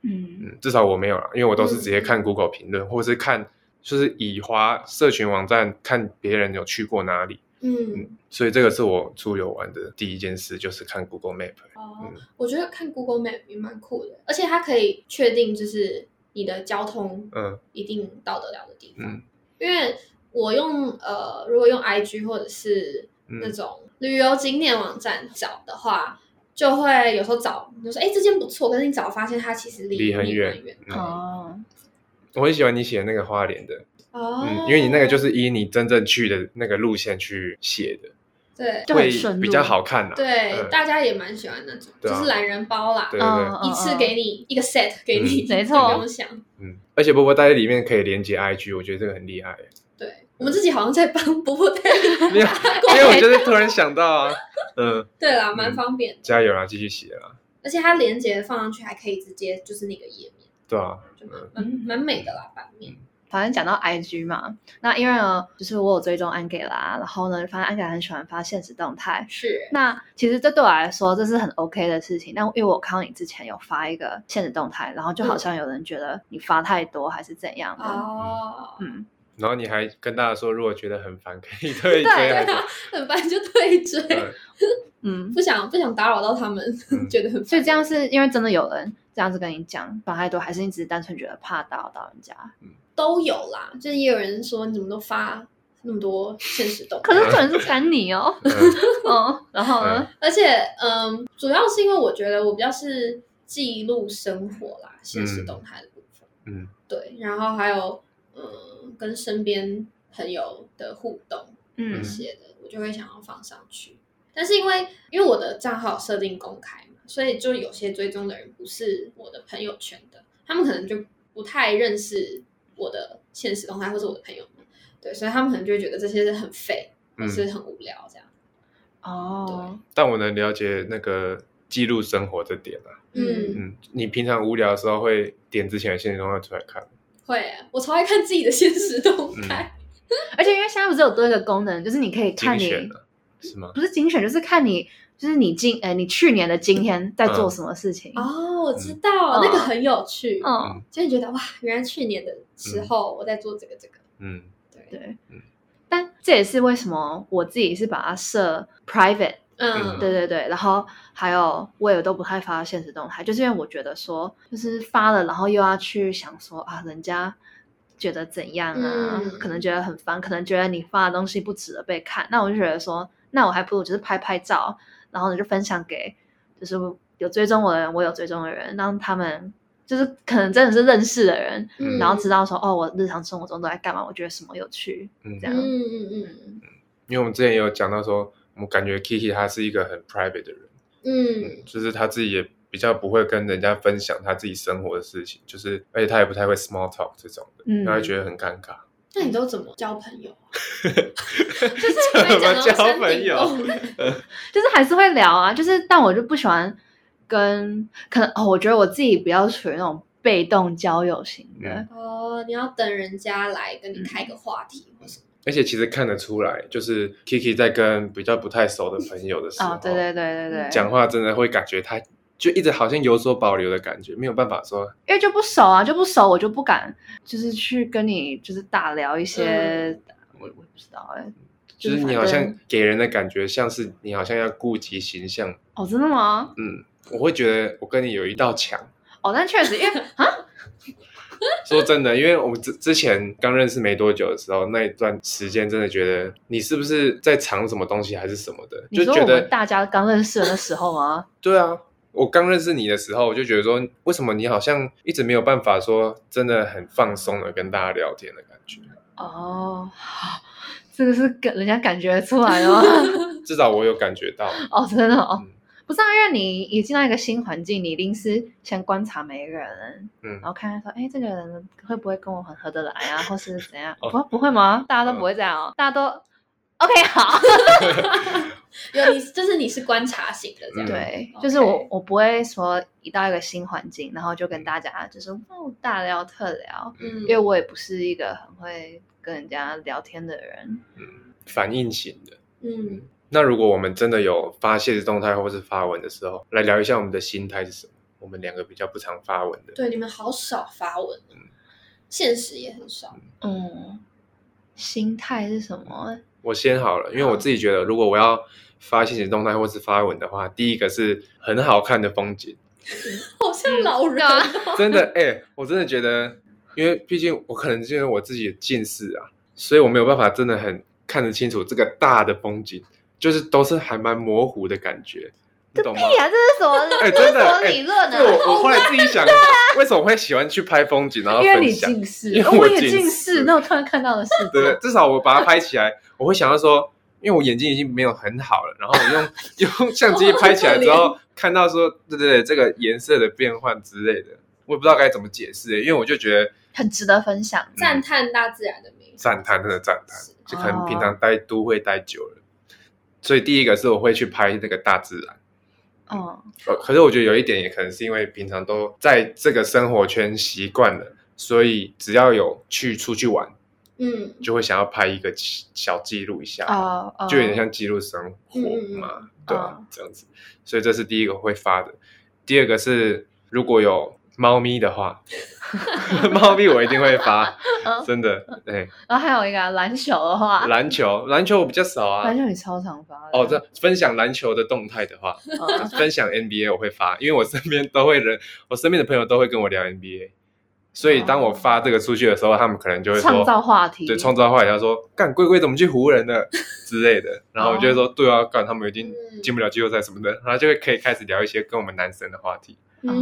Speaker 2: 嗯
Speaker 1: 嗯，至少我没有啦，因为我都是直接看 Google 评论，或者是看就是以华社群网站看别人有去过哪里，
Speaker 3: 嗯，
Speaker 1: 所以这个是我出游玩的第一件事，就是看 Google Map。
Speaker 3: 哦
Speaker 1: 嗯，
Speaker 3: 我觉得看 Google Map 也蛮酷的，而且它可以确定就是你的交通
Speaker 1: 嗯
Speaker 3: 一定到得了的地方。
Speaker 1: 嗯
Speaker 3: 因为我用呃，如果用 IG 或者是那
Speaker 1: 嗯
Speaker 3: 种旅游景点网站找的话，就会有时候找你就说哎这间不错，可是你找发现它其实离
Speaker 1: 离很
Speaker 3: 你
Speaker 1: 远
Speaker 3: 很远
Speaker 1: 嗯
Speaker 2: 哦，
Speaker 1: 我很喜欢你写那个花莲的，
Speaker 3: 哦、
Speaker 1: 嗯，因为你那个就是依你真正去的那个路线去写的，
Speaker 3: 对
Speaker 2: 就
Speaker 1: 会
Speaker 2: 很顺路
Speaker 1: 比较好看啦。
Speaker 3: 对、
Speaker 1: 嗯
Speaker 3: 大家也蛮喜欢那种，
Speaker 1: 对
Speaker 3: 就
Speaker 1: 啊
Speaker 3: 是懒人包啦，
Speaker 1: 对对对
Speaker 2: 嗯，
Speaker 3: 一次给你一个 set 给你，
Speaker 1: 嗯
Speaker 3: *laughs*
Speaker 2: 没错
Speaker 3: 不用想。
Speaker 1: 嗯，而且波波袋里面可以连接 IG，我觉得这个很厉害。
Speaker 3: 对我们自己好像在帮 *laughs* 伯伯带
Speaker 1: 没有，因为我就是突然想到啊，嗯，
Speaker 3: 对啦，
Speaker 1: 嗯
Speaker 3: 蛮方便的，
Speaker 1: 加油啦，继续写啦，
Speaker 3: 而且它连接放上去还可以直接就是那个页面，
Speaker 1: 对啊，
Speaker 3: 就蛮蛮蛮美的啦，版面。
Speaker 2: 反正讲到 IG 嘛，那因为呢，就是我有追踪安给拉，然后呢，发现安给拉很喜欢发现实动态。
Speaker 3: 是
Speaker 2: 那其实这对我来说，这是很 OK 的事情。但因为我看到你之前有发一个现实动态，然后就好像有人觉得你发太多还是怎样的，
Speaker 3: 嗯 *laughs* 哦，
Speaker 2: 嗯，
Speaker 1: 然后你还跟大家说，如果觉得很烦，可以 *laughs* 退追
Speaker 2: 对
Speaker 1: 还
Speaker 3: 对
Speaker 1: 是呃
Speaker 3: 啊，很烦就对
Speaker 1: 对
Speaker 3: 追，
Speaker 2: *laughs* 嗯，
Speaker 3: *laughs* 不想不想打扰到他们
Speaker 1: 嗯，
Speaker 3: *laughs* 觉得很烦
Speaker 2: 所以这样是因为真的有人这样子跟你讲发太多，还是你只是单纯觉得怕打扰到人家？
Speaker 3: 都有啦，就是也有人说你怎么都发那么多现实动态
Speaker 2: 可是准是烦你
Speaker 3: *laughs*
Speaker 2: 哦，
Speaker 1: 嗯
Speaker 2: 嗯，然后呢
Speaker 1: 嗯？
Speaker 3: 而且，嗯，主要是因为我觉得我比较是记录生活啦，现实动态的部分，
Speaker 1: 嗯，
Speaker 3: 对，然后还有，嗯，跟身边朋友的互动
Speaker 2: 嗯
Speaker 3: 那些的，我就会想要放上去。但是因为因为我的账号设定公开嘛，所以就有些追踪的人不是我的朋友圈的，他们可能就不太认识我的现实动态或是我的朋友们，对，所以他们可能就会觉得这些是很废，或
Speaker 1: 嗯
Speaker 3: 是很无聊这样。
Speaker 2: 哦，
Speaker 1: 但我能了解那个记录生活这点啊。
Speaker 2: 嗯
Speaker 3: 嗯
Speaker 1: 嗯，你平常无聊的时候会点之前的现实动态出来看，
Speaker 3: 会，啊我超爱看自己的现实动
Speaker 1: 嗯
Speaker 3: 态。
Speaker 2: 而且因为现在不是有多一个功能，就是你可以看
Speaker 1: 精
Speaker 2: 你
Speaker 1: 选的，是吗？
Speaker 2: 不是精选，就是看你就是你今呃你去年的今天
Speaker 1: 嗯
Speaker 2: 在做什么事情。
Speaker 3: 哦，我知道、那个很有趣，
Speaker 2: 嗯，
Speaker 3: 就会觉得哇，原来去年的时候我在做这个这个，
Speaker 1: 嗯，
Speaker 3: 对，
Speaker 2: 对
Speaker 1: 嗯。
Speaker 2: 但这也是为什么我自己是把它设 private，
Speaker 3: 嗯，
Speaker 2: 对对对，然后还有我也都不太发现实动态，就是因为我觉得说，就是发了，然后又要去想说啊，人家觉得怎样啊，
Speaker 3: 嗯
Speaker 2: 可能觉得很烦，可能觉得你发的东西不值得被看，那我就觉得说，那我还不如就是拍拍照，然后呢就分享给就是有追踪我的人，我有追踪的人，让他们就是可能真的是认识的人，
Speaker 1: 嗯
Speaker 2: 然后知道说哦，我日常生活中都在干嘛，我觉得什么有趣，
Speaker 1: 嗯
Speaker 2: 这样
Speaker 3: 嗯嗯嗯
Speaker 1: 因为我们之前也有讲到说，我们感觉 Kiki 他是一个很 private 的人，
Speaker 3: 嗯
Speaker 1: 嗯，就是他自己也比较不会跟人家分享他自己生活的事情，就是而且他也不太会 small talk 这种的，
Speaker 2: 嗯，
Speaker 1: 他会觉得很尴尬。
Speaker 3: 那你都怎么交朋友
Speaker 1: *laughs*
Speaker 3: 啊？
Speaker 1: 怎么交朋友？ *laughs*
Speaker 2: 就是还是会聊啊，就是但我就不喜欢跟可能哦，我觉得我自己比较属于那种被动交友型的，
Speaker 1: 嗯
Speaker 3: 哦，你要等人家来跟你开个话题或什么？
Speaker 1: 而且其实看得出来，就是 Kiki 在跟比较不太熟的朋友的时候，
Speaker 2: 哦，对对对对对，
Speaker 1: 讲话真的会感觉他就一直好像有所保留的感觉，没有办法说，
Speaker 2: 因为就不熟啊，就不熟，我就不敢就是去跟你就是大聊一些，我我不知道哎、
Speaker 1: 嗯就
Speaker 2: 就是
Speaker 1: 是你好
Speaker 2: 反
Speaker 1: 像
Speaker 2: 正
Speaker 1: 给人的感觉像是你好像要顾及形象，
Speaker 2: 哦，真的吗？
Speaker 1: 嗯，我会觉得我跟你有一道墙。
Speaker 2: 哦，但确实，因
Speaker 1: *laughs*
Speaker 2: 为
Speaker 1: 说真的，因为我们之之前刚认识没多久的时候，那一段时间真的觉得你是不是在藏什么东西还是什么的，
Speaker 2: 你
Speaker 1: 就
Speaker 2: 说
Speaker 1: 觉
Speaker 2: 我们
Speaker 1: 得
Speaker 2: 大家刚认识的那时候吗？
Speaker 1: 对啊。我刚认识你的时候，我就觉得说，为什么你好像一直没有办法说真的很放松的跟大家聊天的感觉？
Speaker 2: *laughs* 哦， *laughs* 好这个是给人家感觉出来的吗？
Speaker 1: 至少我有感觉到，
Speaker 2: *laughs* 哦，真的哦
Speaker 1: 嗯，
Speaker 2: 不是啊，因为你一进到一个新环境，你一定是先观察每一个人，
Speaker 1: 嗯
Speaker 2: 然，后看看说，哎，这个人会不会跟我很合得来
Speaker 1: *laughs*
Speaker 2: 啊，或是怎样？
Speaker 1: 哦嗯
Speaker 2: 不，不会吗？大家都不会这样哦，大家都 OK 好，
Speaker 3: 有你，就是你是观察型的这
Speaker 1: 嗯
Speaker 3: 样。
Speaker 2: 对，
Speaker 3: OK
Speaker 2: 就是我我不会说一到一个新环境，然后就跟大家就是哦大聊特聊，
Speaker 3: 嗯
Speaker 2: 因为我也不是一个很会跟人家聊天的人，
Speaker 1: 反应型的。
Speaker 3: 嗯，
Speaker 1: 那如果我们真的有发现实动态或是发文的时候，来聊一下我们的心态是什么？我们两个比较不常发文的，
Speaker 3: 对，你们好少发文哦，
Speaker 1: 嗯
Speaker 3: 现实也很少。
Speaker 2: 嗯，心态是什么？
Speaker 1: 我先好了，因为我自己觉得，如果我要发现实动态或是发文的话，第一个是很好看的风景，
Speaker 3: 好像老人、
Speaker 2: 嗯 *laughs*
Speaker 3: 哦
Speaker 1: 真的，哎、我真的觉得，因为毕竟我可能是因为我自己的近视啊，所以我没有办法真的很看得清楚这个大的风景，就是都是还蛮模糊的感觉，你懂吗？
Speaker 2: 哎 *laughs* 呀，这是什么？
Speaker 1: 哎
Speaker 2: 这是
Speaker 1: 真的
Speaker 2: 什么
Speaker 1: 哎
Speaker 2: 理论啊呢啊
Speaker 1: 对，？我我后来自己
Speaker 2: *laughs*
Speaker 1: 想，为什么会喜欢去拍风景，然后
Speaker 2: 因为
Speaker 1: 分
Speaker 2: 你
Speaker 1: 享？
Speaker 2: 近视，
Speaker 1: 因为
Speaker 2: 哦
Speaker 1: 我
Speaker 2: 我也
Speaker 1: 近
Speaker 2: 近
Speaker 1: 视
Speaker 2: 视，那我突然看到了世界。
Speaker 1: *laughs* 对对，至少我把它拍起来，我会想要说，因为我眼睛已经没有很好了，然后我用用
Speaker 2: *laughs*
Speaker 1: 相机拍起来之后，看到说，对对对，这个颜色的变换之类的，我也不知道该怎么解释，欸因为我就觉得
Speaker 2: 很值得分享。
Speaker 3: 赞叹大自然的美。
Speaker 1: 赞叹，真的赞叹
Speaker 3: 是，
Speaker 1: 就可能平
Speaker 2: 哦
Speaker 1: 常待都会待久了，所以第一个是我会去拍那个大自然。
Speaker 2: 哦，
Speaker 1: 呃可是我觉得有一点也可能是因为平常都在这个生活圈习惯了，所以只要有去出去玩，
Speaker 3: 嗯
Speaker 1: 就会想要拍一个小记录一下，
Speaker 2: 哦哦，
Speaker 1: 啊就有点像记录生活嘛，对吧、啊
Speaker 2: 哦
Speaker 1: 这样子，所以这是第一个会发的。第二个是如果有猫咪的
Speaker 2: *laughs*
Speaker 1: 话，猫咪我一定会发，
Speaker 2: 嗯
Speaker 1: 真的。哎对，
Speaker 2: 然后还有一个啊篮球的话，
Speaker 1: *laughs* 篮球，篮球我比较少啊
Speaker 2: 篮。球你超常发的
Speaker 1: 哦，这分享篮球的动态的
Speaker 2: *laughs*
Speaker 1: 话， *laughs*
Speaker 2: 嗯
Speaker 1: 分享 NBA 我会发，因为我身边都会人， *laughs* 我身边的朋友都会跟我聊 NBA，所以当我发这个出去的时候，他们可能就会说
Speaker 2: 创造话题，
Speaker 1: 对，创造话题，他说干龟龟怎么去湖人
Speaker 2: *laughs*
Speaker 1: 了之类的，然后我就会
Speaker 2: 哦
Speaker 1: 说对啊，干他们一定
Speaker 3: 嗯
Speaker 1: 进不了季后赛什么的，然后就会可以开始聊一些跟我们男生的话题。
Speaker 3: 嗯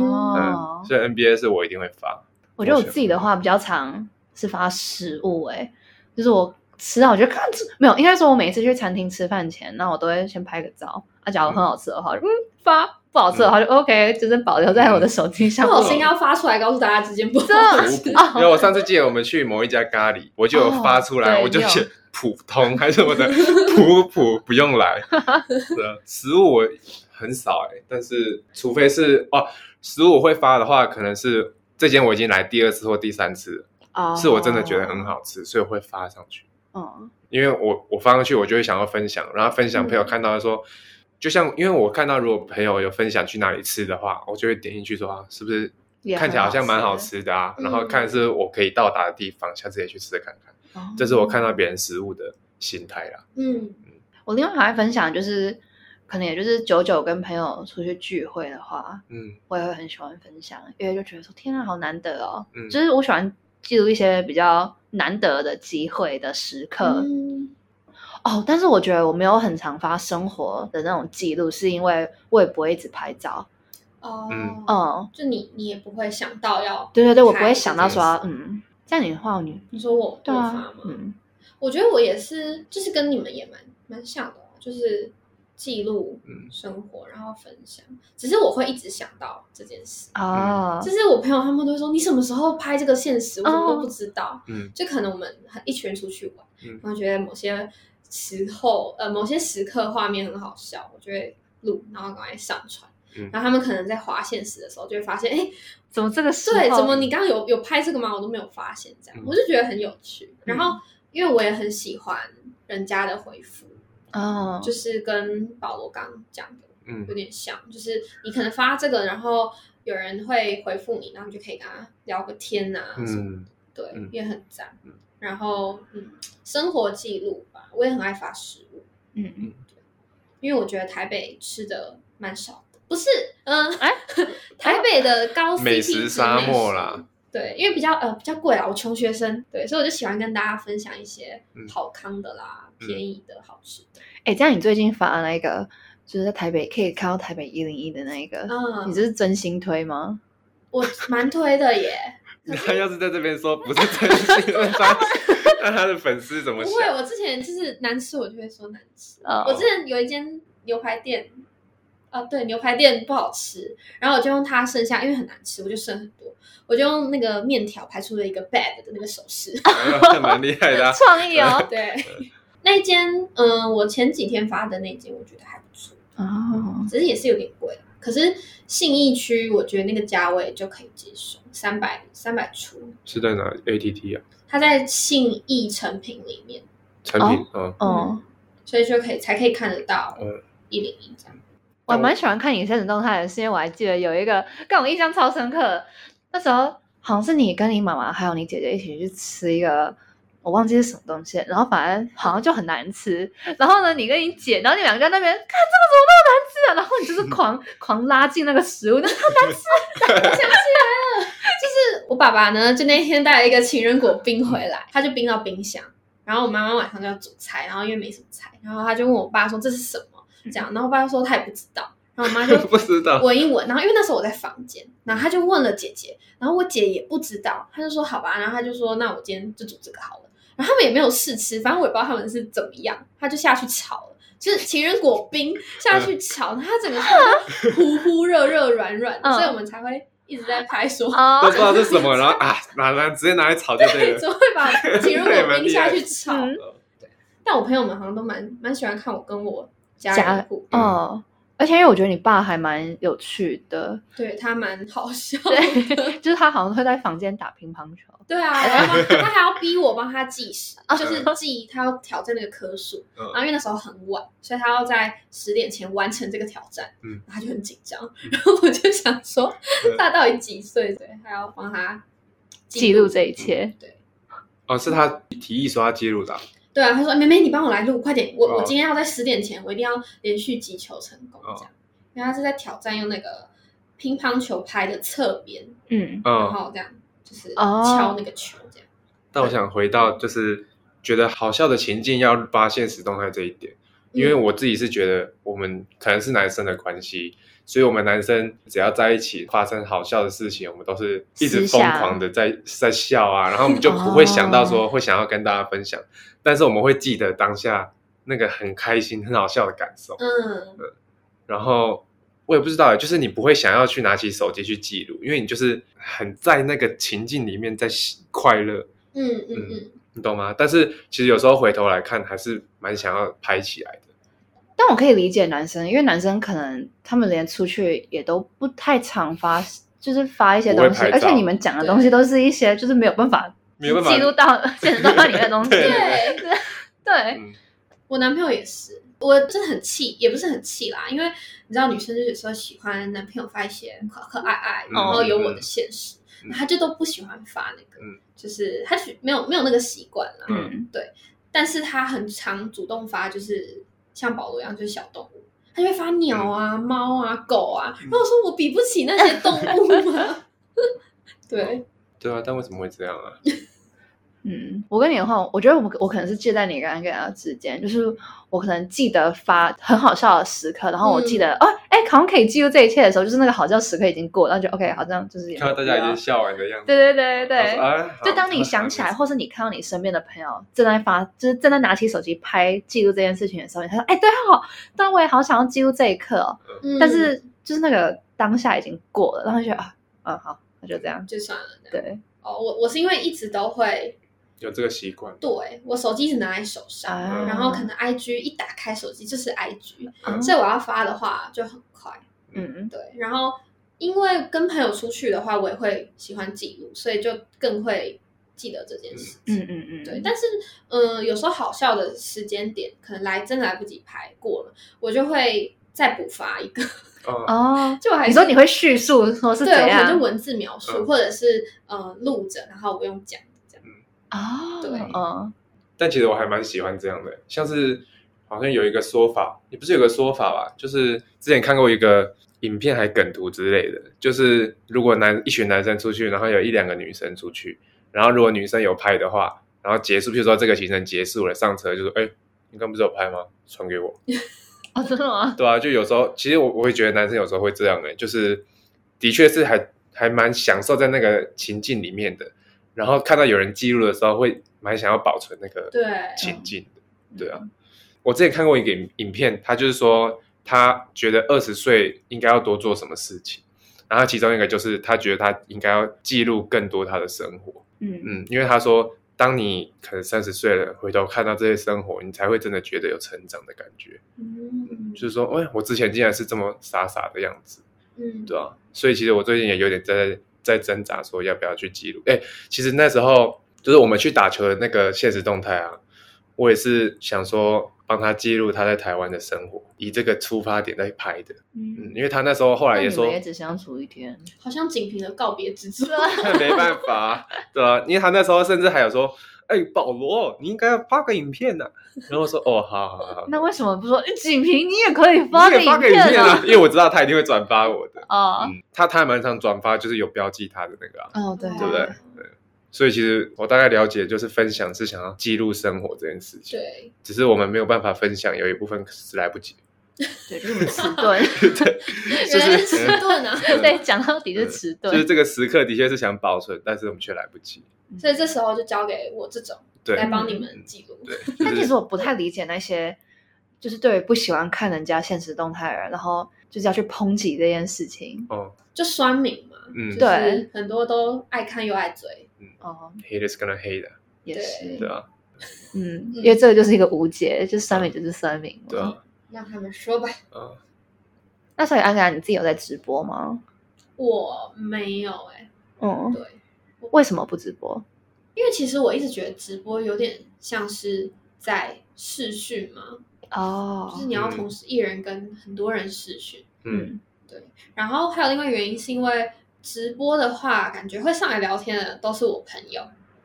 Speaker 2: 哦
Speaker 1: 嗯，所以 NBA 是我一定会发，
Speaker 2: 我觉得我自己
Speaker 1: 嗯
Speaker 2: 的话比较常是发食物、欸，就是我吃到我觉得看这没有，应该说我每次去餐厅吃饭前，那我都会先拍个照，啊，假如很好吃的话，我就嗯发；不好吃的话
Speaker 1: 嗯
Speaker 2: 就 OK，、就是保留在我的手机上
Speaker 3: 不
Speaker 2: 面。
Speaker 3: 好心要发出来告诉大家这件不好
Speaker 2: 这
Speaker 3: 吃。
Speaker 1: 因为我上次记得我们去某一家咖喱，我就有发出
Speaker 2: 哦
Speaker 1: 来，
Speaker 2: 对
Speaker 1: 我就
Speaker 2: 有
Speaker 1: 写普通还是我
Speaker 2: *laughs*
Speaker 1: 的普普不用来。对啊，食物我很少哎、但是除非是哦，食物我会发的话，可能是这间我已经来第二次或第三次，
Speaker 2: 哦
Speaker 1: 了，是我真的觉得很好吃，所以我会发上去。
Speaker 2: 嗯，
Speaker 1: 因为我我发上去，我就会想要分享，然后分享朋友看到说，就像因为我看到如果朋友有分享去哪里吃的话，我就会点进去说啊，是不是
Speaker 2: 也
Speaker 1: 看起来好像蛮
Speaker 2: 很好
Speaker 1: 好
Speaker 2: 吃
Speaker 1: 吃的啊？
Speaker 3: 嗯
Speaker 1: 然后看是我可以到达的地方，下次也去吃看看。
Speaker 2: 哦
Speaker 1: 这是我看到别人食物的心态啦。
Speaker 3: 嗯
Speaker 2: 我另外还会分享，就是可能也就是久久跟朋友出去聚会的话，
Speaker 1: 嗯
Speaker 2: 我也会很喜欢分享，因为就觉得说天啊，好难得哦，
Speaker 1: 嗯，
Speaker 2: 就是我喜欢记录一些比较难得的机会的时刻。
Speaker 3: 嗯
Speaker 2: 哦，但是我觉得我没有很常发生活的那种记录，是因为我也不会一直拍照。
Speaker 1: 嗯
Speaker 2: 嗯，
Speaker 3: 哦，就你你也不会想到要
Speaker 2: 对对对，我不
Speaker 3: 拍
Speaker 2: 会想到说要，
Speaker 1: 这
Speaker 2: 嗯，这样你的话，你
Speaker 3: 你说我
Speaker 2: 对
Speaker 3: 我发
Speaker 2: 啊
Speaker 3: 吗，
Speaker 2: 嗯，
Speaker 3: 我觉得我也是，就是跟你们也蛮蛮像的哦，就是记录
Speaker 1: 嗯
Speaker 3: 生活，然后分享。只是我会一直想到这件事，
Speaker 2: 哦，
Speaker 3: 就是我朋友他们都会说你什么时候拍这个现实，我怎么
Speaker 2: 哦
Speaker 3: 都不知道。
Speaker 1: 嗯
Speaker 3: 就可能我们很一群出去玩，
Speaker 1: 嗯
Speaker 3: 然后觉得某些时候呃某些时刻画面很好笑，我就会录，然后赶快上
Speaker 1: 嗯
Speaker 3: 传。然后他们可能在划现实的时候，就会发现，哎，
Speaker 2: 怎么这个时候
Speaker 3: 对，怎么你刚刚有有拍这个吗？我都没有发现，这样、
Speaker 1: 嗯
Speaker 3: 我就觉得很有趣。然后，因为我也很喜欢人家的回复，
Speaker 2: 哦，
Speaker 3: 就是跟保罗刚刚讲的
Speaker 1: 嗯
Speaker 3: 有点像，就是你可能发这个，然后有人会回复你，然后你就可以跟他聊个天啊，什么
Speaker 1: 嗯
Speaker 3: 对，
Speaker 1: 嗯
Speaker 3: 也很赞
Speaker 1: 嗯。
Speaker 3: 然后，嗯，生活记录吧，我也很爱发食物，
Speaker 2: 嗯，
Speaker 3: 因为我觉得台北吃的蛮少的，不是，嗯、
Speaker 2: 哎
Speaker 3: 台北的高 CP
Speaker 1: 美食
Speaker 3: 值
Speaker 1: 沙漠啦
Speaker 3: 美食，对，因为比较呃比较贵啦，我穷学生，对，所以我就喜欢跟大家分享一些
Speaker 1: 嗯
Speaker 3: 好康的啦、
Speaker 1: 嗯
Speaker 3: 便宜的好吃的，
Speaker 2: 哎，这样你最近发那个，就是在台北可以看到台北一零一的那个，
Speaker 3: 嗯，
Speaker 2: 你这是真心推吗？
Speaker 3: 我蛮推
Speaker 1: *laughs*
Speaker 3: 的耶，
Speaker 1: 他要是在这边说不是真心的话，那他的粉丝怎
Speaker 3: 不
Speaker 1: 么
Speaker 3: 会，
Speaker 1: 想？
Speaker 3: 我之前就是难吃我就会说难吃，
Speaker 2: 哦
Speaker 3: 我之前有一间牛排店。啊，对，牛排店不好吃，然后我就用它剩下，因为很难吃，我就剩很多，我就用那个面条排出了一个 bad 的那个手势，
Speaker 1: 哎呦蛮厉害
Speaker 2: *laughs*
Speaker 1: 的啊。
Speaker 2: 创意哦，
Speaker 3: 对，那一间，嗯、我前几天发的那间，我觉得还不错，
Speaker 1: 啊
Speaker 2: 哦，
Speaker 3: 只是也是有点贵啦。可是信义区，我觉得那个价位就可以接受，三百三百出。
Speaker 1: 是在哪？ATT 啊，
Speaker 3: 它在信义成品里面，
Speaker 1: 产品啊，
Speaker 2: 嗯，
Speaker 3: 所以就可以才可以看得到
Speaker 1: 嗯
Speaker 3: 一零一这样。
Speaker 2: 我还蛮喜欢看你现实动态的，是因为我还记得有一个让我印象超深刻，那时候好像是你跟你妈妈还有你姐姐一起去吃一个。我忘记是什么东西了，然后反正好像就很难吃。然后呢，你跟你姐，然后你们两个在那边看这个怎么那么难吃啊？然后你就是狂 *laughs* 狂拉近那个食物，那
Speaker 3: 就是我爸爸呢，就那天带了一个情人果冰回来，他就冰到冰箱。然后我妈妈晚上就要煮菜，然后因为没什么菜，然后他就问我爸说这是什么，这样，然后我爸就说他也不知道，然后我妈就
Speaker 1: 哦 *laughs* 不知道。
Speaker 3: 闻一闻，然后因为那时候我在房间，然后他就问了姐姐，然后我姐也不知道，他就说好吧，然后他就说那我今天就煮这个好了，然后他们也没有试吃，反正我也不知道他们是怎么样，他就下去炒了，就是情人果冰下去炒，然后它整个菜就糊糊热热软软的，
Speaker 2: 嗯
Speaker 3: 所以我们才会一直在拍说。
Speaker 1: *laughs* 都
Speaker 2: 哦
Speaker 1: 不知道是什么，然后啊，拿拿直接拿来炒就 *laughs*
Speaker 2: *laughs*
Speaker 1: 对了
Speaker 3: 怎。么会把情人果冰下去炒？
Speaker 2: 嗯
Speaker 3: 但我朋友们好像都蛮蛮喜欢看我跟我家
Speaker 2: 家
Speaker 1: 嗯
Speaker 3: 人互动
Speaker 2: 哦，而且因为我觉得你爸还蛮有趣
Speaker 1: *laughs*
Speaker 2: 的，
Speaker 3: 对他蛮好笑的。
Speaker 2: 对，就是他好像会在房间打乒乓球，
Speaker 3: *laughs* 对啊，我要帮他还要逼我帮他计
Speaker 2: *laughs*
Speaker 3: 时，
Speaker 2: 啊
Speaker 3: 就是
Speaker 1: 嗯
Speaker 3: 计他要挑战那个颗数。
Speaker 1: 嗯
Speaker 3: 然后因为那时候很晚，所以他要在十点前完成这个挑战，
Speaker 1: 嗯，
Speaker 3: 他就很紧张。 *laughs* 然后我就想说
Speaker 1: 嗯，
Speaker 3: 他到底几岁？对，还要帮他
Speaker 2: 记录这一切。
Speaker 1: 哦，是他提议说他记录的啊、
Speaker 3: 对啊，他说：“妹妹，你帮我来录，快点！我、
Speaker 1: 哦
Speaker 3: 我今天要在十点前，我一定要连续击球成功。”
Speaker 1: 哦
Speaker 3: 这样，因为他是在挑战用那个乒乓球拍的侧边，
Speaker 2: 嗯，
Speaker 3: 然
Speaker 1: 嗯，
Speaker 3: 后这样就是
Speaker 2: 哦
Speaker 3: 敲那个球，这样。
Speaker 1: 但我想回到就是觉得好笑的情境要发现实动态这一点，因为
Speaker 3: 嗯
Speaker 1: 我自己是觉得我们可能是男生的关系，所以我们男生只要在一起发生好笑的事情，我们都是一直
Speaker 2: 私下
Speaker 1: 疯狂的在在笑啊，然后我们就不会想到说会想要跟大家分享，但是我们会记得当下那个很开心、很好笑的感受。
Speaker 3: 嗯，
Speaker 1: 然后我也不知道欸，就是你不会想要去拿起手机去记录，因为你就是很在那个情境里面在喜快乐，
Speaker 3: 嗯嗯嗯，
Speaker 1: 你懂吗？但是其实有时候回头来看，还是蛮想要拍起来的。
Speaker 2: 但我可以理解男生，因为男生可能他们连出去也都不太常发，就是发一些东
Speaker 1: 不
Speaker 2: 西，
Speaker 1: 会拍照
Speaker 2: 而且你们讲的东西都是一些就是没有办法
Speaker 1: 没有办法
Speaker 2: 记录到、 *laughs* 现实动态里面的东西。
Speaker 1: 对
Speaker 3: 对，
Speaker 2: 对，
Speaker 1: 嗯，
Speaker 3: 我男朋友也是，我真的很气，也不是很气啦，因为你知道女生就是有时候喜欢男朋友发一些可可爱爱，
Speaker 1: 嗯
Speaker 3: 然后有我的现实，
Speaker 1: 嗯
Speaker 3: 他就都不喜欢发那个，
Speaker 1: 嗯
Speaker 3: 就是他就没有没有那个习惯啦。
Speaker 2: 嗯，
Speaker 3: 但是他很常主动发，就是像保罗一样，就是小动物，他就会发鸟啊、猫啊、狗啊，然后我说我比不起那些动物吗？ *laughs* 对，
Speaker 1: 对啊，但为什么会这样啊？
Speaker 2: 嗯，我跟你的话，我觉得我们我可能是介在你跟安跟他之间，就是我可能记得发很好笑的时刻，然后我记得、
Speaker 3: 嗯
Speaker 2: 哦，哎，好像可以记录这一切的时候，就是那个好笑时刻已经过了，然后就 OK，好像就是也没有
Speaker 1: 看到大家已
Speaker 2: 必要
Speaker 1: 经笑完的样子，
Speaker 2: 对对对对对，
Speaker 1: 然后说啊、好
Speaker 2: 就当你想起来，，或是你看到你身边的朋友正在发，就是正在拿起手机拍记录这件事情的时候，你才说：“哎，对哦，但我也好想要记录这一刻哦。
Speaker 3: 嗯
Speaker 2: 但是就是那个当下已经过了，然后就觉得啊，嗯，好，那就这样。
Speaker 3: 就算了。这样
Speaker 2: 对
Speaker 3: 哦，我我是因为一直都会，
Speaker 1: 有这个习惯，
Speaker 3: 对我手机一直拿在手上，
Speaker 2: 啊，
Speaker 3: 然后可能 IG 一打开手机就是 IG，、
Speaker 2: 嗯
Speaker 3: 所以我要发的话就很快。
Speaker 2: 嗯
Speaker 3: 对，然后因为跟朋友出去的话，我也会喜欢记录，所以就更会记得这件事。
Speaker 2: 嗯嗯嗯，
Speaker 3: 对，但是嗯、呃有时候好笑的时间点，可能来真的来不及拍过了，我就会再补发一个。
Speaker 1: 哦，
Speaker 2: 哦，
Speaker 3: 就我还
Speaker 2: 你
Speaker 3: 是
Speaker 2: 说你会叙述说是
Speaker 3: 对，
Speaker 2: 怎
Speaker 3: 我可能
Speaker 2: 样
Speaker 3: 就文字描述，
Speaker 1: 嗯
Speaker 3: 或者是呃录着，然后我用讲这样。
Speaker 2: 哦，
Speaker 3: 对
Speaker 2: 嗯
Speaker 1: 但其实我还蛮喜欢这样的，像是好像有一个说法，也不是有个说法吧，就是之前看过一个影片还梗图之类的，就是如果男一群男生出去，然后有一两个女生出去，然后如果女生有拍的话，然后结束，譬如说这个行程结束了，上车就说，哎，你刚不是有拍吗？传给我。
Speaker 2: 哦，真的吗？
Speaker 1: 对啊，就有时候其实我我会觉得男生有时候会这样哎、就是的确是还还蛮享受在那个情境里面的，然后看到有人记录的时候，会蛮想要保存那个
Speaker 3: 对，
Speaker 1: 情境的。对啊，我之前看过一个影影片，他就是说他觉得二十岁应该要多做什么事情，然后其中一个就是他觉得他应该要记录更多他的生活。
Speaker 2: 嗯
Speaker 1: 嗯，因为他说，当你可能三十岁了，回头看到这些生活，你才会真的觉得有成长的感觉。
Speaker 3: 嗯
Speaker 1: 就是说，哎，我之前竟然是这么傻傻的样子，
Speaker 3: 嗯，
Speaker 1: 对啊，所以其实我最近也有点在在挣扎，说要不要去记录。哎，其实那时候就是我们去打球的那个现实动态啊，我也是想说帮他记录他在台湾的生活，以这个出发点在拍的。嗯，
Speaker 2: 嗯，
Speaker 1: 因为他那时候后
Speaker 2: 那
Speaker 1: 来也
Speaker 2: 你
Speaker 1: 说
Speaker 2: 们，也只相处一天，
Speaker 3: 好像仅凭的告别之作。
Speaker 2: 啊
Speaker 1: 那 *laughs* 没办法，对啊，因为他那时候甚至还有说，哎，保罗，你应该要发个影片
Speaker 2: *laughs*
Speaker 1: 呐、然后我说，哦，好好好好。
Speaker 2: 那为什么不说仅凭你也可以发
Speaker 1: 你
Speaker 2: 个
Speaker 1: 也发
Speaker 2: 影
Speaker 1: 个影片
Speaker 2: 啊？
Speaker 1: 啊，因为我知道他一定会转发我的。
Speaker 2: 哦
Speaker 1: 嗯，他他还蛮常转发，就是有标记他的那个啊。
Speaker 2: 哦，对
Speaker 1: 对不对？对，所以其实我大概了解，就是分享是想要记录生活这件事情，
Speaker 3: *laughs* 对，
Speaker 1: 只是我们没有办法分享，有一部分是来不及。
Speaker 2: 对，就是我
Speaker 1: *laughs*
Speaker 2: 们迟
Speaker 1: *laughs*
Speaker 2: 钝。
Speaker 1: 就是
Speaker 3: 原来是迟钝啊。
Speaker 1: 嗯
Speaker 2: 对，讲到底就是迟钝。
Speaker 1: 就是这个时刻的确是想保存，但是我们却来不及。
Speaker 3: 所以这时候就交给我这种
Speaker 1: 对嗯
Speaker 3: 来帮你们记录。
Speaker 1: 对，
Speaker 2: 但
Speaker 1: 就
Speaker 2: 其
Speaker 1: 是
Speaker 2: 实我不太理解那些，就是对于不喜欢看人家现实动态的人，然后就是要去抨击这件事情。
Speaker 1: 哦
Speaker 3: 就酸民嘛，
Speaker 1: 嗯
Speaker 3: 就是很多都爱看又爱追，
Speaker 2: 哦，
Speaker 1: ，hate is gonna hate，啊
Speaker 2: 也是，
Speaker 1: 对啊，
Speaker 2: 嗯，
Speaker 3: 嗯
Speaker 1: 啊
Speaker 2: 因为这个就是一个无解，就是酸民就是酸民。
Speaker 1: 对，啊，
Speaker 3: 让他们说吧。
Speaker 1: 啊。
Speaker 2: 那所以安然你自己有在直播吗？
Speaker 3: 我没有哎、
Speaker 2: 嗯，
Speaker 3: 对，
Speaker 2: 为什么不直播？
Speaker 3: 因为其实我一直觉得直播有点像是在视讯嘛，就
Speaker 2: 哦
Speaker 3: 是，你要
Speaker 1: 嗯
Speaker 3: 同时一人跟很多人视讯。
Speaker 1: 嗯，
Speaker 3: 然后还有另外一个原因是因为直播的话，感觉会上来聊天的都是我朋友。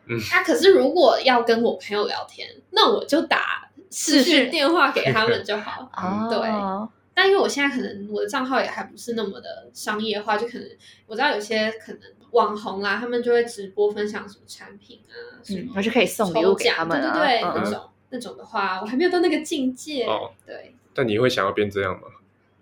Speaker 1: 嗯，
Speaker 3: 那、可是如果要跟我朋友聊天，那我就打视
Speaker 2: 视
Speaker 3: 讯
Speaker 2: 讯。
Speaker 3: 电话给他们就好
Speaker 1: *laughs*
Speaker 2: 哦，对，
Speaker 3: 但因为我现在可能我的账号也还不是那么的商业化，就可能我知道有些可能网红啊啦，他们就会直播分享什么产品啊，什
Speaker 2: 嗯
Speaker 3: 么，
Speaker 2: 我就可以送礼物给他们
Speaker 3: 抽奖
Speaker 2: 啊，
Speaker 3: 对对对，
Speaker 2: 嗯
Speaker 3: 那种那种的话，我还没有到那个境界。
Speaker 1: 哦，
Speaker 3: 对，
Speaker 1: 但你会想要变这样吗？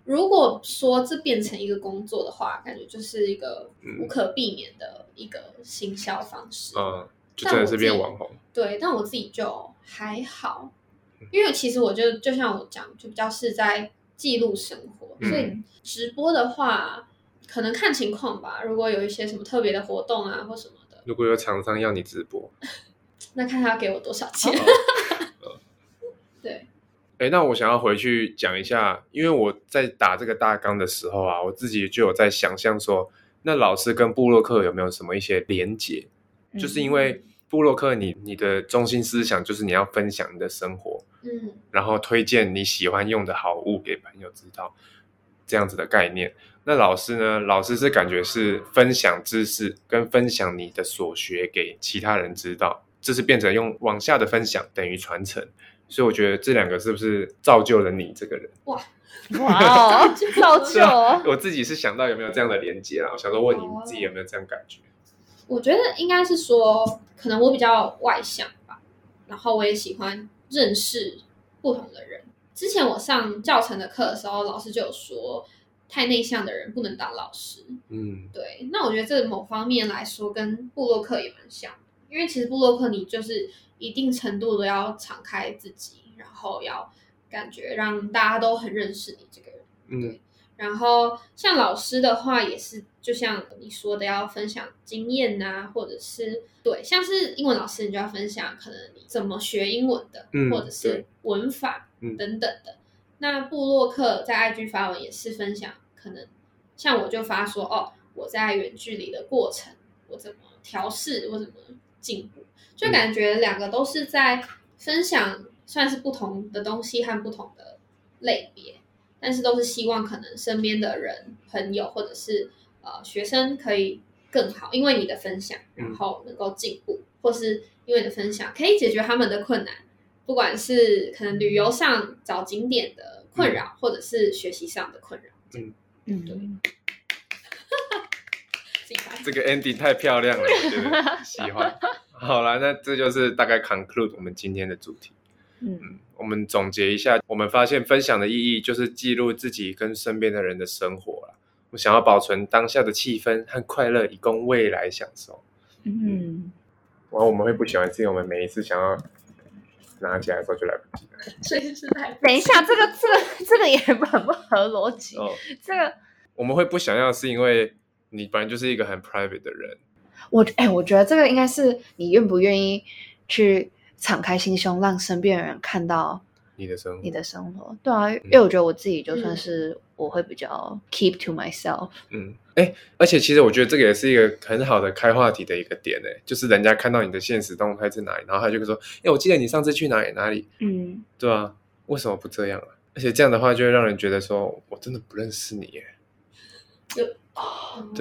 Speaker 3: 如果说这变成一个工作的话，感觉就是一个
Speaker 1: 嗯
Speaker 3: 无可避免的一个行销方式。
Speaker 1: 嗯，就真的是变网红，
Speaker 3: 对，但我自己就还好，因为其实我就就像我讲，就比较是在记录生活，
Speaker 1: 嗯
Speaker 3: 所以直播的话，可能看情况吧。如果有一些什么特别的活动啊或什么的，
Speaker 1: 如果有厂商要你直播，
Speaker 3: 那看他给我多少
Speaker 1: 哦
Speaker 3: 钱。 *laughs* 对，
Speaker 1: 哎，那我想要回去讲一下，因为我在打这个大纲的时候啊，我自己就有在想象说，那老师跟布洛克有没有什么一些连结？
Speaker 2: 嗯
Speaker 1: 就是因为布洛克你，你的中心思想就是你要分享你的生活，
Speaker 3: 嗯
Speaker 1: 然后推荐你喜欢用的好物给朋友知道，这样子的概念。那老师呢？老师是感觉是分享知识跟分享你的所学给其他人知道，这是变成用往下的分享等于传承。所以我觉得这两个是不是造就了你这个人？ *laughs*
Speaker 2: 哇哦，造就哦，
Speaker 1: 我自己是想到有没有这样的连接啊啦，我想说问你你自己有没有这样感觉？
Speaker 3: 我觉得应该是说，可能我比较外向吧，然后我也喜欢认识不同的人。之前我上教程的课的时候，老师就有说，太内向的人不能当老师。
Speaker 1: 嗯
Speaker 3: 对，那我觉得这某方面来说，跟布洛克也蛮像，因为其实布洛克你就是一定程度的要敞开自己，然后要感觉让大家都很认识你这个人。
Speaker 1: 嗯
Speaker 3: 然后像老师的话，也是就像你说的，要分享经验呐、或者是对，像是英文老师，你就要分享可能你怎么学英文的，
Speaker 1: 嗯
Speaker 3: 或者是
Speaker 1: 对
Speaker 3: 文法、
Speaker 1: 嗯
Speaker 3: 等等的。那布洛克在 IG 发文也是分享，可能像我就发说哦，我在远距离的过程，我怎么调试，我怎么进步，
Speaker 1: 嗯
Speaker 3: 就感觉两个都是在分享，算是不同的东西和不同的类别。但是都是希望可能身边的人、朋友或者是呃学生可以更好，因为你的分享，
Speaker 1: 嗯
Speaker 3: 然后能够进步，或是因为你的分享可以解决他们的困难，不管是可能旅游上找景点的困扰，或者是学习上的困扰。
Speaker 2: 嗯，
Speaker 3: 自己拍
Speaker 1: 这个 ending 太漂亮了，我觉得喜欢。好啦，那这就是大概 conclude 我们今天的主题。
Speaker 2: 嗯，
Speaker 1: 我们总结一下，我们发现分享的意义就是记录自己跟身边的人的生活啦。我们想要保存当下的气氛和快乐，以供未来享受。
Speaker 2: 嗯，
Speaker 1: 然后我们会不喜欢，是因为我们每一次想要拿起来的时候就来不及了。
Speaker 3: *laughs* 所以是拍
Speaker 2: 等一下，这个这个这个也蛮不合逻辑，
Speaker 1: 哦，
Speaker 2: 这个
Speaker 1: 我们会不想要，是因为你本来就是一个很 private 的人。
Speaker 2: 我哎、我觉得这个应该是你愿不愿意去敞开心胸，让身边的人看到
Speaker 1: 你的生活
Speaker 2: 你，的生活。对啊，因
Speaker 1: 嗯
Speaker 2: 为我觉得我自己就
Speaker 3: 嗯
Speaker 2: 算是我会比较 keep to myself，
Speaker 1: 嗯，哎，而且其实我觉得这个也是一个很好的开话题的一个点，哎，就是人家看到你的现实动态在哪里，然后他就会说，哎，我记得你上次去哪里哪里，
Speaker 2: 嗯，
Speaker 1: 对啊，为什么不这样啊？而且这样的话，就会让人觉得说我真的不认识你耶，
Speaker 3: 嗯
Speaker 1: 对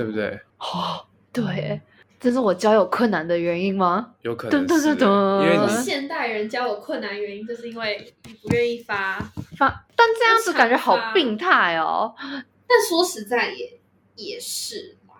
Speaker 3: 呃
Speaker 1: 不？对？
Speaker 2: 哦， *laughs* 对，这是我交友困难的原因吗？
Speaker 1: 有可能
Speaker 2: 噔
Speaker 1: 是耶，
Speaker 2: 噔噔
Speaker 1: 因为
Speaker 3: 我
Speaker 1: 你
Speaker 3: 们现代人交友困难原因，就是因为你不愿意发。
Speaker 2: 反但这样子感觉
Speaker 3: 我惨
Speaker 2: 好
Speaker 3: 吧
Speaker 2: 病态哦。
Speaker 3: 但说实在也也是嘛，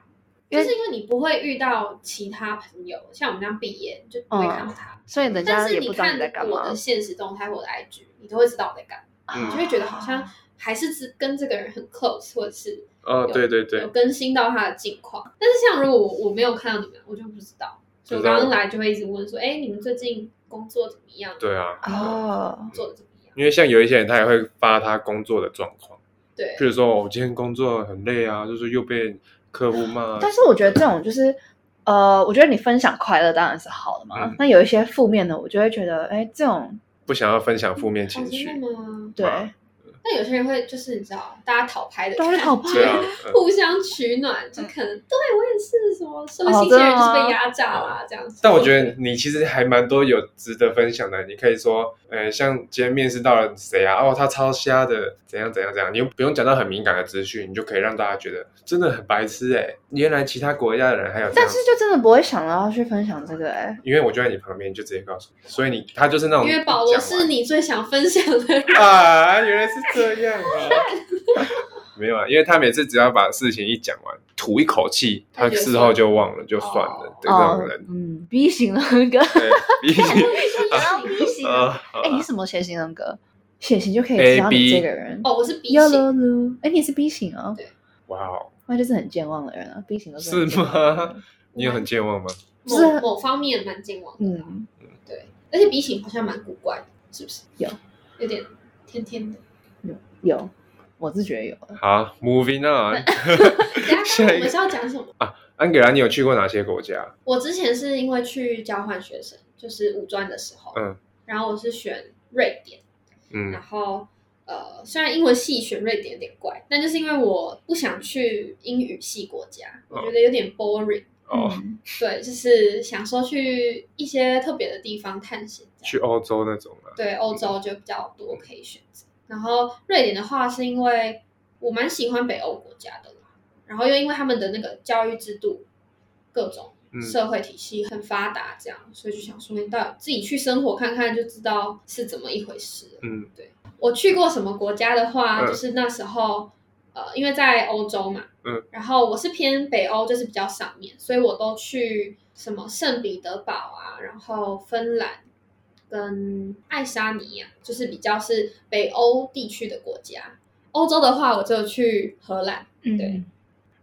Speaker 2: 因为
Speaker 3: 就是因为你不会遇到其他朋友，像我们这样毕业你就不会看到他。
Speaker 2: 所嗯以人
Speaker 3: 但
Speaker 2: 家
Speaker 3: 是
Speaker 2: 也不知道
Speaker 3: 看
Speaker 2: 你在干
Speaker 3: 我
Speaker 2: 嘛
Speaker 3: 的，现实动态或者 IG，你都会知道我在干嘛，
Speaker 1: 嗯
Speaker 3: 你就会觉得好像还是只跟这个人很 close，或者是
Speaker 1: 哦，对对
Speaker 3: 有
Speaker 1: 对，
Speaker 3: 更新到他的近况。但是像如果我我没有看到你们，我就不知道，所以我
Speaker 1: 不知道
Speaker 3: 刚刚来就会一直问说，哎，你们最近工作怎么样？
Speaker 1: 对啊，
Speaker 2: 哦，
Speaker 3: 做的怎么样？
Speaker 1: 因为像有一些人，他也会发他工作的状况，
Speaker 3: 对，哦
Speaker 1: 譬如说哦我今天工作很累啊，就是又被客户骂，
Speaker 2: 但是我觉得这种就是，呃，我觉得你分享快乐当然是好的嘛。
Speaker 1: 嗯
Speaker 2: 那有一些负面的，我就会觉得，哎，这种
Speaker 1: 不想要分享负面情
Speaker 3: 哦
Speaker 1: 绪，啊
Speaker 3: 真的吗？
Speaker 2: 对，
Speaker 1: 哇
Speaker 3: 但有些人会就是你知道，大家讨拍的，
Speaker 2: 大家讨拍
Speaker 1: 对啊， *laughs* 嗯
Speaker 3: 互相取暖，就可能对我也是什么社会
Speaker 2: 哦
Speaker 3: 新
Speaker 2: 真
Speaker 3: 鲜
Speaker 2: 的
Speaker 3: 人就是
Speaker 2: 吗
Speaker 3: 被压榨啦、这样子。
Speaker 1: 但我觉得你其实还蛮多有值得分享的，你可以说，呃，像今天面试到了谁啊？哦，他超瞎的，怎样怎样怎样，你又不用讲到很敏感的资讯，你就可以让大家觉得真的很白痴哎、原来其他国家的人还有这
Speaker 2: 但
Speaker 1: 样
Speaker 2: 是，就真的不会想到要去分享这个哎、
Speaker 1: 因为我就在你旁边，就直接告诉你，所以你他就是那种，
Speaker 3: 因为保罗是你最想分享
Speaker 1: *laughs*
Speaker 3: 的人，
Speaker 1: 啊，原来是这样啊。
Speaker 3: *laughs*
Speaker 1: 没有啊，因为他每次只要把事情一讲完，吐一口气，他事后就忘了，就算了的那
Speaker 2: 哦
Speaker 1: 种人，。
Speaker 2: 嗯，B 型人格，
Speaker 1: 对，毕竟
Speaker 2: 要 B
Speaker 3: 哦
Speaker 2: 型
Speaker 1: 啊，
Speaker 2: 哎、
Speaker 1: 好
Speaker 2: 你
Speaker 1: 啊
Speaker 2: 是什么血型人格？血型就可以知道
Speaker 1: A B
Speaker 2: 你这个人。
Speaker 3: 哦，我是 B
Speaker 2: 幺
Speaker 3: 型，
Speaker 2: 喽喽，哎，你是 B 型哦，
Speaker 1: 哇哦，
Speaker 2: 那就是很健忘的人啊。B 型都是很
Speaker 1: 是
Speaker 2: 健忘的
Speaker 1: 吗
Speaker 2: 人？
Speaker 1: *laughs* 你有很健忘吗？
Speaker 2: 不是
Speaker 3: 某某方面蛮健忘的，
Speaker 2: 嗯，
Speaker 3: 对，而且 B 型好像蛮古怪的，是不是？
Speaker 2: 有，
Speaker 3: 有点天天的。
Speaker 2: 有，我是觉得有。
Speaker 1: 好，Moving
Speaker 2: *laughs*
Speaker 1: on，
Speaker 3: 等一
Speaker 1: *laughs*
Speaker 3: 下
Speaker 1: 下
Speaker 3: 刚
Speaker 1: 一个
Speaker 3: 刚我们是要讲什么？
Speaker 1: 安格拉，你有去过哪些国家？
Speaker 3: 我之前是因为去交换学生，就是五专的时候，
Speaker 1: 嗯
Speaker 3: 然后我是选瑞典，
Speaker 1: 嗯
Speaker 3: 然后呃，虽然英文系选瑞典有点怪，但就是因为我不想去英语系国家，
Speaker 1: 嗯
Speaker 3: 我觉得有点 boring，、
Speaker 1: 哦，
Speaker 2: 嗯，
Speaker 3: 对，就是想说去一些特别的地方探险这样。
Speaker 1: 去欧洲那种啊，
Speaker 3: 对，欧洲就比较多可以选择。然后瑞典的话，是因为我蛮喜欢北欧国家的啦，然后又因为他们的那个教育制度、各种
Speaker 1: 嗯
Speaker 3: 社会体系很发达，这样，所以就想说，你到底自己去生活看看，就知道是怎么一回事了。
Speaker 1: 嗯
Speaker 3: 我去过什么国家的话，
Speaker 1: 嗯
Speaker 3: 就是那时候，呃，因为在欧洲嘛，
Speaker 1: 嗯，
Speaker 3: 然后我是偏北欧，就是比较上面，所以我都去什么圣彼得堡啊，然后芬兰跟爱沙尼亚，就是比较是北欧地区的国家。欧洲的话，我就去荷兰，对
Speaker 2: 对。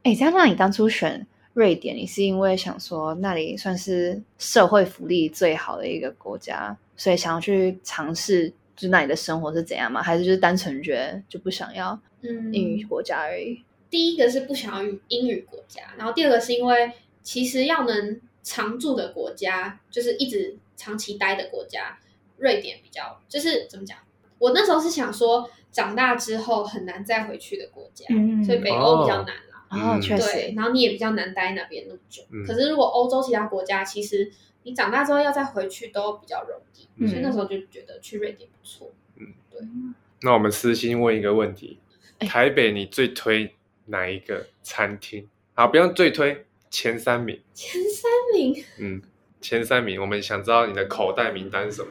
Speaker 2: 哎，这样，那你当初选瑞典，你是因为想说那里算是社会福利最好的一个国家，所以想要去尝试，就是那里的生活是怎样吗？还是就是单纯觉得就不想要
Speaker 3: 嗯
Speaker 2: 英语国家而已？
Speaker 3: 第一个是不想要语英语国家，然后第二个是因为其实要能常住的国家，就是一直长期待的国家，瑞典比较就是怎么讲？我那时候是想说，长大之后很难再回去的国家，
Speaker 2: 嗯
Speaker 3: 所以北欧比较难啦。
Speaker 2: 哦，
Speaker 1: 嗯
Speaker 2: 确
Speaker 3: 对
Speaker 2: 实，，
Speaker 3: 然后你也比较难待那边那么久。
Speaker 1: 嗯
Speaker 3: 可是如果欧洲其他国家，其实你长大之后要再回去都比较容易，
Speaker 1: 嗯
Speaker 3: 所以那时候就觉得去瑞典不错。
Speaker 1: 那我们私心问一个问题：
Speaker 2: 哎
Speaker 1: 台北你最推哪一个餐厅？好，不用最推，前三名。
Speaker 3: 前三名
Speaker 1: 嗯，前三名，我们想知道你的口袋名单是什么？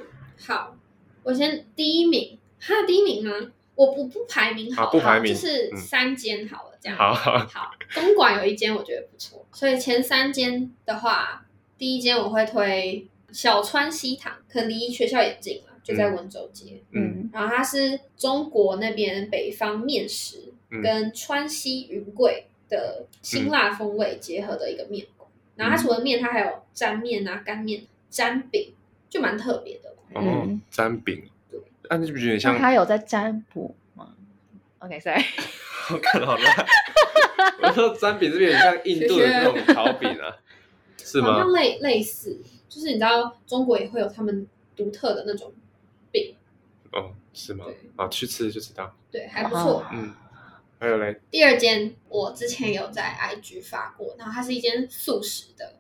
Speaker 3: 好，我先第一名，哈，第一名吗？我不不排名好了，
Speaker 1: 好不排名
Speaker 3: 就是
Speaker 1: 嗯
Speaker 3: 三间好了，这样。
Speaker 1: 好，好
Speaker 3: 好，公馆有一间我觉得不错，所以前三间的话，第一间我会推小川西堂，可能离学校也近了，就在
Speaker 1: 嗯
Speaker 3: 温州街。
Speaker 1: 嗯
Speaker 2: 嗯，
Speaker 3: 然后它是中国那边北方面食
Speaker 1: 嗯
Speaker 3: 跟川西云贵的辛辣风味结合的一个面馆。然
Speaker 1: 嗯
Speaker 3: 后它除了面，它还有沾面啊、干面、沾饼，就蛮特别的。
Speaker 1: 哦
Speaker 2: 嗯，
Speaker 1: 沾饼啊
Speaker 3: 对，
Speaker 1: 那你不觉得像
Speaker 2: *laughs* 那？他有在占卜吗？OK，sorry，
Speaker 1: 我看好烂。我说沾饼是不是有点像印度的那种烤饼啊？是
Speaker 3: 好
Speaker 1: 吗
Speaker 3: 像？类类似，就是你知道中国也会有他们独特的那种饼，
Speaker 1: 哦，是吗
Speaker 3: 对？
Speaker 1: 好，去吃就知道。
Speaker 3: 对，还不错。
Speaker 2: 哦
Speaker 1: 嗯，还有嘞，
Speaker 3: 第二间我之前有在 IG 发过，然后它是一间素食的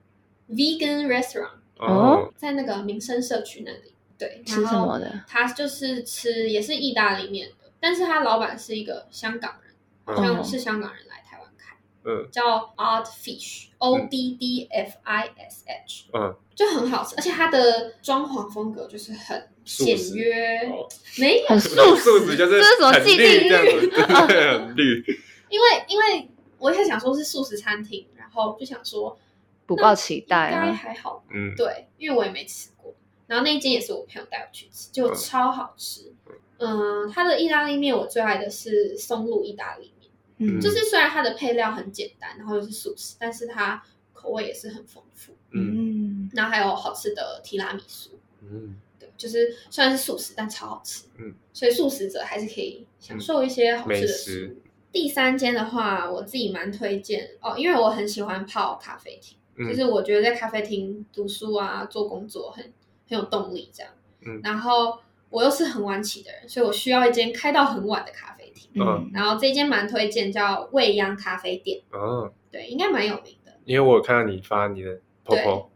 Speaker 3: vegan restaurant，
Speaker 1: 哦，
Speaker 3: 在那个民生社区那里。对，
Speaker 2: 吃什
Speaker 3: 然后
Speaker 2: 么的？
Speaker 3: 它就是吃也是意大利面的，但是它老板是一个香港人，
Speaker 1: 嗯
Speaker 3: 好像是香港人来台湾开，
Speaker 1: 嗯
Speaker 3: 叫 Odd Fish，O D D F I S H。
Speaker 1: 嗯，
Speaker 3: 就很好吃，而且它的装潢风格就是很
Speaker 1: 素
Speaker 3: 简
Speaker 1: 食
Speaker 3: 约，
Speaker 1: 哦
Speaker 3: 没有，
Speaker 2: 很素
Speaker 1: 素食就是
Speaker 2: 这是什么
Speaker 1: 很
Speaker 2: 既
Speaker 1: 绿
Speaker 2: 定
Speaker 1: 这样
Speaker 2: 律？
Speaker 1: 子，对， *laughs* 很绿。
Speaker 3: 因为因为我一开始想说是素食餐厅，然后就想说
Speaker 2: 不抱期
Speaker 3: 应
Speaker 2: 待
Speaker 3: 该
Speaker 2: 啊！
Speaker 3: 还好，
Speaker 1: 嗯，
Speaker 3: 对，因为我也没吃过。然后那一间也是我朋友带我去吃，就
Speaker 1: 嗯
Speaker 3: 超好吃。嗯，它的意大利面我最爱的是松露意大利面，
Speaker 1: 嗯
Speaker 3: 就是虽然它的配料很简单，然后又是素食，但是它口味也是很丰富。
Speaker 1: 嗯
Speaker 2: 嗯，
Speaker 3: 然后还有好吃的提拉米苏，
Speaker 1: 嗯，
Speaker 3: 对，就是虽然是素食，但超好吃。
Speaker 1: 嗯，
Speaker 3: 所以素食者还是可以享受一些好吃
Speaker 1: 美
Speaker 3: 的
Speaker 1: 食
Speaker 3: 食物。第三间的话，我自己蛮推荐哦，因为我很喜欢泡咖啡厅，
Speaker 1: 嗯
Speaker 3: 就是我觉得在咖啡厅读书啊、做工作很很有动力这样。
Speaker 1: 嗯
Speaker 3: 然后我又是很晚起的人，所以我需要一间开到很晚的咖啡体。
Speaker 1: 嗯
Speaker 3: 然后这间蛮推荐，叫未央咖啡店，
Speaker 1: 哦，
Speaker 3: 对，应该蛮有名的。
Speaker 1: 因为我有看到你发你的 POPO，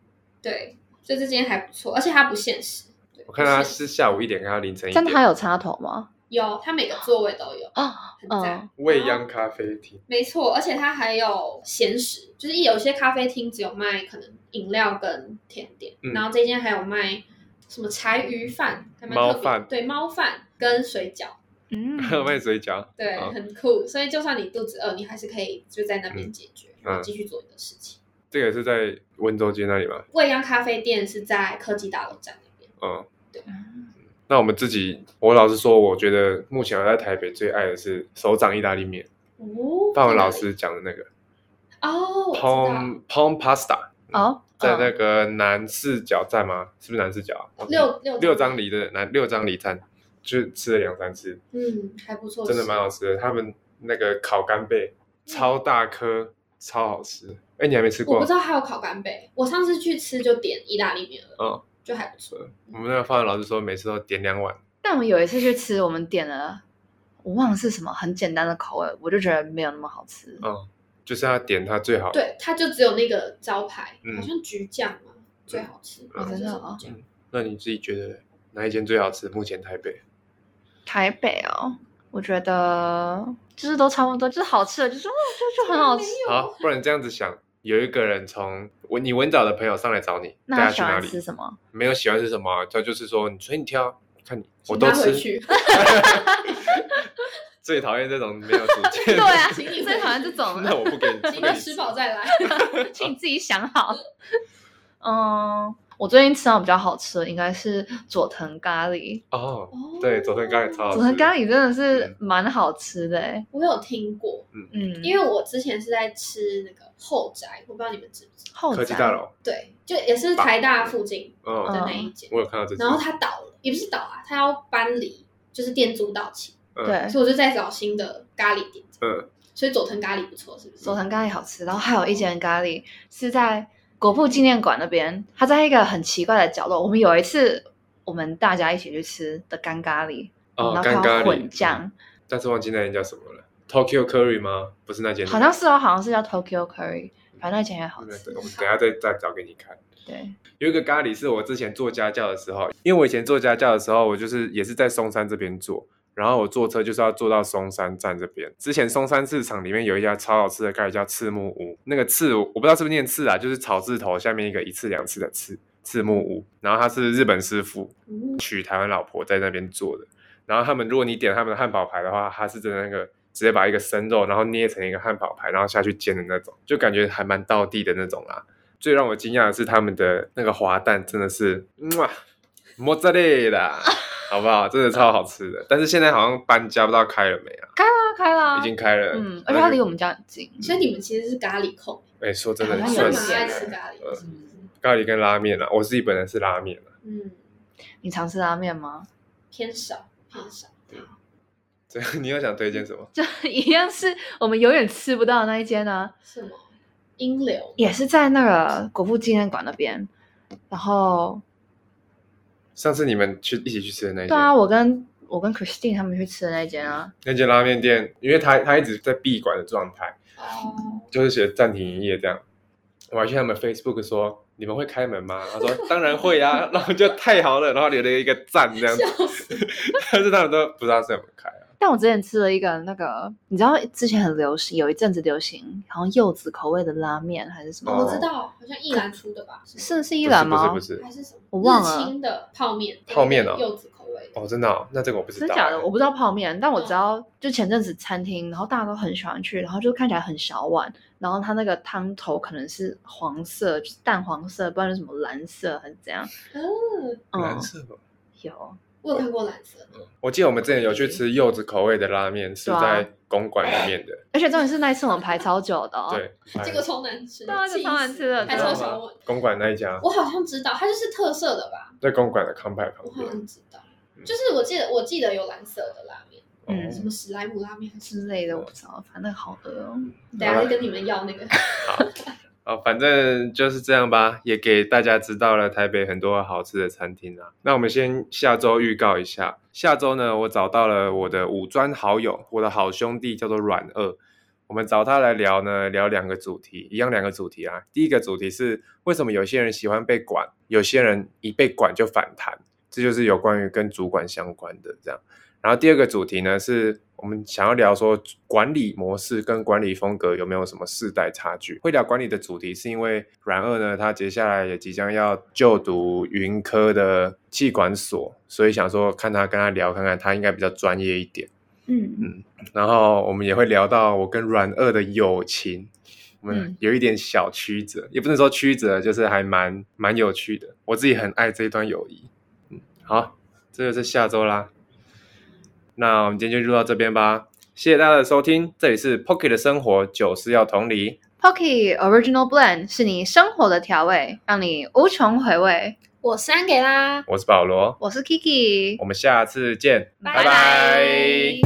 Speaker 3: 对，所以这间还不错，而且它不限时。对
Speaker 1: 我看他
Speaker 3: 不限时
Speaker 1: 是下午一点跟他凌晨一
Speaker 2: 但它
Speaker 1: 点。
Speaker 2: 有插头吗？
Speaker 3: 有，它每个座位都有，
Speaker 2: 啊，
Speaker 3: 很赞。
Speaker 2: 嗯，
Speaker 1: 未央咖啡厅，
Speaker 3: 没错，而且它还有咸食，就是有些咖啡厅只有卖可能饮料跟甜点，
Speaker 1: 嗯
Speaker 3: 然后这间还有卖什么柴鱼饭，还蛮
Speaker 1: 猫
Speaker 3: 特别的
Speaker 1: 饭
Speaker 3: 对猫饭跟水饺，
Speaker 1: *laughs*
Speaker 2: 嗯，
Speaker 1: 卖水饺，
Speaker 3: 对，
Speaker 1: 哦
Speaker 3: 很酷。所以就算你肚子饿，你还是可以就在那
Speaker 1: 嗯
Speaker 3: 边解决，然后继续做你的事情。
Speaker 1: 这个是在温州街那里吗？
Speaker 3: 未央咖啡店是在科技大楼站那边，
Speaker 1: 嗯
Speaker 3: 对，
Speaker 1: 那我们自己，我老实说，我觉得目前我在台北最爱的是手掌意大利面，
Speaker 3: 哦，
Speaker 1: 范文
Speaker 3: 在
Speaker 1: 老
Speaker 3: 哪里
Speaker 1: 师讲的那个
Speaker 3: 哦，我知道，
Speaker 1: Pom Pom Pasta，
Speaker 2: 哦，
Speaker 1: 在
Speaker 2: 嗯
Speaker 1: 那个南四角站吗？是不是南四角啊？忘记
Speaker 3: 六六
Speaker 1: 六张梨的南六张梨站，就吃了两三次，
Speaker 3: 嗯，还不错，
Speaker 1: 真的蛮好。吃的。他们那个烤干贝超大颗，超好吃。哎，你还没吃
Speaker 3: 嗯我
Speaker 1: 过
Speaker 3: 不知？道还有烤干贝，我上次去吃就点意大利面了，
Speaker 1: 嗯，
Speaker 3: 就还不错。
Speaker 1: 我们那个范文老师说每次都点两碗，
Speaker 2: 但我们有一次去吃，我们点了我忘了是什么很简单的口味，我就觉得没有那么好吃。
Speaker 1: 嗯，就是要点它最好的。
Speaker 3: 对，它就只有那个招牌，
Speaker 1: 嗯
Speaker 3: 好像橘酱嘛，最好吃。
Speaker 1: 嗯
Speaker 3: 好像是
Speaker 2: 真的哦
Speaker 3: 橘酱
Speaker 1: 那你自己觉得哪一间最好吃？目前台北
Speaker 2: 台北哦，我觉得就是都差不多，就是好吃的，就是哦，就就很好吃。
Speaker 1: 好，不然这样子想，有一个人从文你文藻的朋友上来找你，带
Speaker 2: 那他
Speaker 1: 他
Speaker 2: 喜
Speaker 1: 去哪
Speaker 2: 欢
Speaker 1: 里
Speaker 2: 吃？什么？ *laughs*
Speaker 1: 没有喜欢是什么啊、他就是说你随你挑，看你我都
Speaker 3: 请他回
Speaker 1: 吃。 *laughs*
Speaker 3: 去。
Speaker 1: 最讨厌这种没有主见。
Speaker 2: *laughs* 对啊，
Speaker 3: 请你
Speaker 2: 最讨厌这种
Speaker 1: *laughs* 那
Speaker 2: 了，
Speaker 1: 我不给你，不
Speaker 3: 请
Speaker 1: 给
Speaker 3: 你
Speaker 1: 你
Speaker 3: 吃饱再来。
Speaker 2: 请你自己想好。嗯，我最近吃到比较好吃的应该是佐藤咖喱，
Speaker 1: 哦。 *laughs* 对佐藤刚也超好吃嗯
Speaker 2: 佐藤咖喱真的是蛮好吃的、欸，
Speaker 3: 哦我有听过，
Speaker 2: 嗯，
Speaker 3: 因为我之前是在吃那个后宅，我不知道你们知不知道。
Speaker 2: 后
Speaker 1: 科技大楼，
Speaker 3: 对，就也是台大附近的
Speaker 1: 嗯，
Speaker 2: 嗯
Speaker 3: 那一间，
Speaker 1: 啊我有看到这集。
Speaker 3: 然后它倒了，也不是倒啊，它要搬离，就是店租到期，
Speaker 2: 对，
Speaker 3: 所以我就在找新的咖喱店。
Speaker 1: 嗯，
Speaker 3: 所以佐藤咖喱不错，是不是？
Speaker 2: 佐藤咖喱好吃，然后还有一间咖喱是在国父纪念馆那边，它在一个很奇怪的角落。我们有一次我们大家一起去吃的干咖喱，
Speaker 1: 哦
Speaker 2: 然后
Speaker 1: 干咖
Speaker 2: 它
Speaker 1: 喱
Speaker 2: 有混酱，
Speaker 1: 嗯但是忘记那间叫什么了。Tokyo Curry 吗？不是那间，
Speaker 2: 好像是哦，好像是叫 Tokyo Curry，反正那间也好
Speaker 1: 嗯
Speaker 2: 吃
Speaker 1: 对。我们等一下再再找给你看。
Speaker 2: 对，
Speaker 1: 有一个咖喱是我之前做家教的时候，因为我以前做家教的时候，我就是也是在松山这边做，然后我坐车就是要坐到松山站这边。之前松山市场里面有一家超好吃的咖喱叫赤木屋，那个赤我不知道是不是念赤啊，就是草字头下面一个一次两次的次赤木屋，然后他是日本师傅
Speaker 3: 嗯
Speaker 1: 娶台湾老婆在那边做的，然后他们如果你点他们的汉堡排的话，他是真的那个。直接把一个生肉，然后捏成一个汉堡排，然后下去煎的那种，就感觉还蛮道地的那种啊啦。最让我惊讶的是他们的那个滑蛋真的是，哇，莫扎雷啦，好不好？真的超好吃的。但是现在好像搬家不知道开了没啊？
Speaker 2: 开啦开啦，
Speaker 1: 已经开了。
Speaker 2: 嗯，而且它离我们家很近，
Speaker 3: 所以你们其实是咖喱控，
Speaker 1: 哎、说真的
Speaker 2: 好，像
Speaker 3: 是
Speaker 1: 算
Speaker 2: 有
Speaker 3: 蛮
Speaker 1: 是
Speaker 3: 爱
Speaker 2: 点欸
Speaker 3: 吃咖
Speaker 1: 呃
Speaker 3: 喱的，是不是？
Speaker 1: 咖喱跟拉面啊。我自己本人是拉面啊。
Speaker 3: 嗯，
Speaker 2: 你常吃拉面吗？ *laughs*
Speaker 3: 偏少偏少。
Speaker 1: 这样 *laughs* 你又想推荐什么？
Speaker 2: 就一样是我们永远吃不到的那一间呢、
Speaker 3: 什么英流？
Speaker 2: 也是在那个国父纪念馆那边，然后
Speaker 1: 上次你们去一起去吃的那一
Speaker 2: 对
Speaker 1: 间，
Speaker 2: 啊，我跟我跟 Christine 他们去吃的那间啊，
Speaker 1: 那间拉面店，因为它它一直在闭馆的状态，
Speaker 3: 哦，
Speaker 1: 就是写暂停营业这样。我还去他们 Facebook 说你们会开门吗？他说当然会啊， *laughs* 然后就太好了，然后留了一个赞这样子，
Speaker 3: 笑死！
Speaker 1: *laughs* 但是他们都不知道是怎么开啊。
Speaker 2: 但我之前吃了一个那个，你知道之前很流行，有一阵子流行，好像柚子口味的拉面还是什么？
Speaker 1: 哦
Speaker 3: 我知道，好像一兰出的吧？是吗
Speaker 2: 是是一兰吗？
Speaker 1: 不是不是不
Speaker 3: 还
Speaker 1: 是
Speaker 3: 是什么？
Speaker 2: 我忘了
Speaker 3: 日清的泡面，
Speaker 1: 泡面哦
Speaker 3: 柚子口味的。
Speaker 1: 哦，真的、哦？那这个我不知道、
Speaker 2: 真假的？我不知道泡面，但我
Speaker 3: 嗯
Speaker 2: 知道就前阵子餐厅，然后大家都很喜欢去，然后就看起来很小碗，然后它那个汤头可能是黄色，就是淡黄色，不然就是什么蓝色还是怎样？
Speaker 3: 嗯，
Speaker 2: 嗯
Speaker 1: 哦蓝，色吧。
Speaker 2: 有
Speaker 3: 我有看过蓝色的，
Speaker 1: 我记得我们之前有去吃柚子口味的拉面，是
Speaker 2: 对啊
Speaker 1: 在公馆里面的，
Speaker 2: 而且重点是那一次我们排超久的、哦，，
Speaker 1: 对，
Speaker 3: 这个超难吃，
Speaker 2: 对啊这
Speaker 3: 气
Speaker 2: 超难
Speaker 3: 死
Speaker 2: 吃的
Speaker 3: 还
Speaker 2: 真
Speaker 3: 超
Speaker 2: 的
Speaker 3: 想问。
Speaker 1: 公馆那一家，
Speaker 3: 我好像知道，它就是特色的吧？
Speaker 1: 在公馆的康派旁
Speaker 3: 我好
Speaker 1: 边，
Speaker 3: 像知道，就是我记得我记得有蓝色的拉面，
Speaker 1: 哦
Speaker 2: 嗯
Speaker 3: 什么史莱姆拉面还是？
Speaker 2: 之类的，我不知道，反正好饿哦。
Speaker 3: 等一下再跟你们要那个。
Speaker 1: 好，哦，反正就是这样吧，也给大家知道了台北很多好吃的餐厅啊。那我们先下周预告一下，下周呢，我找到了我的五专好友，我的好兄弟叫做阮二，我们找他来聊呢，聊两个主题，一样两个主题啊。第一个主题是为什么有些人喜欢被管，有些人一被管就反弹，这就是有关于跟主管相关的这样。然后第二个主题呢，是我们想要聊说管理模式跟管理风格有没有什么世代差距。会聊管理的主题，是因为阮二呢，他接下来也即将要就读云科的气管所，所以想说看他跟他聊看看，他应该比较专业一点。
Speaker 2: 嗯，
Speaker 1: 然后我们也会聊到我跟阮二的友情，我们
Speaker 2: 嗯
Speaker 1: 有一点小曲折，也不能说曲折，就是还蛮蛮有趣的。我自己很爱这一段友谊。嗯，好，这就是下周啦。那我们今天就录到这边吧，谢谢大家的收听，这里是 Pocket 的生活，酒是要同理，
Speaker 2: Pocky Original Blend 是你生活的调味，让你无穷回味。
Speaker 3: *laughs* 我删给啦，
Speaker 1: 我是保罗，
Speaker 2: 我是 Kiki，
Speaker 1: 我们下次见，拜
Speaker 2: 拜拜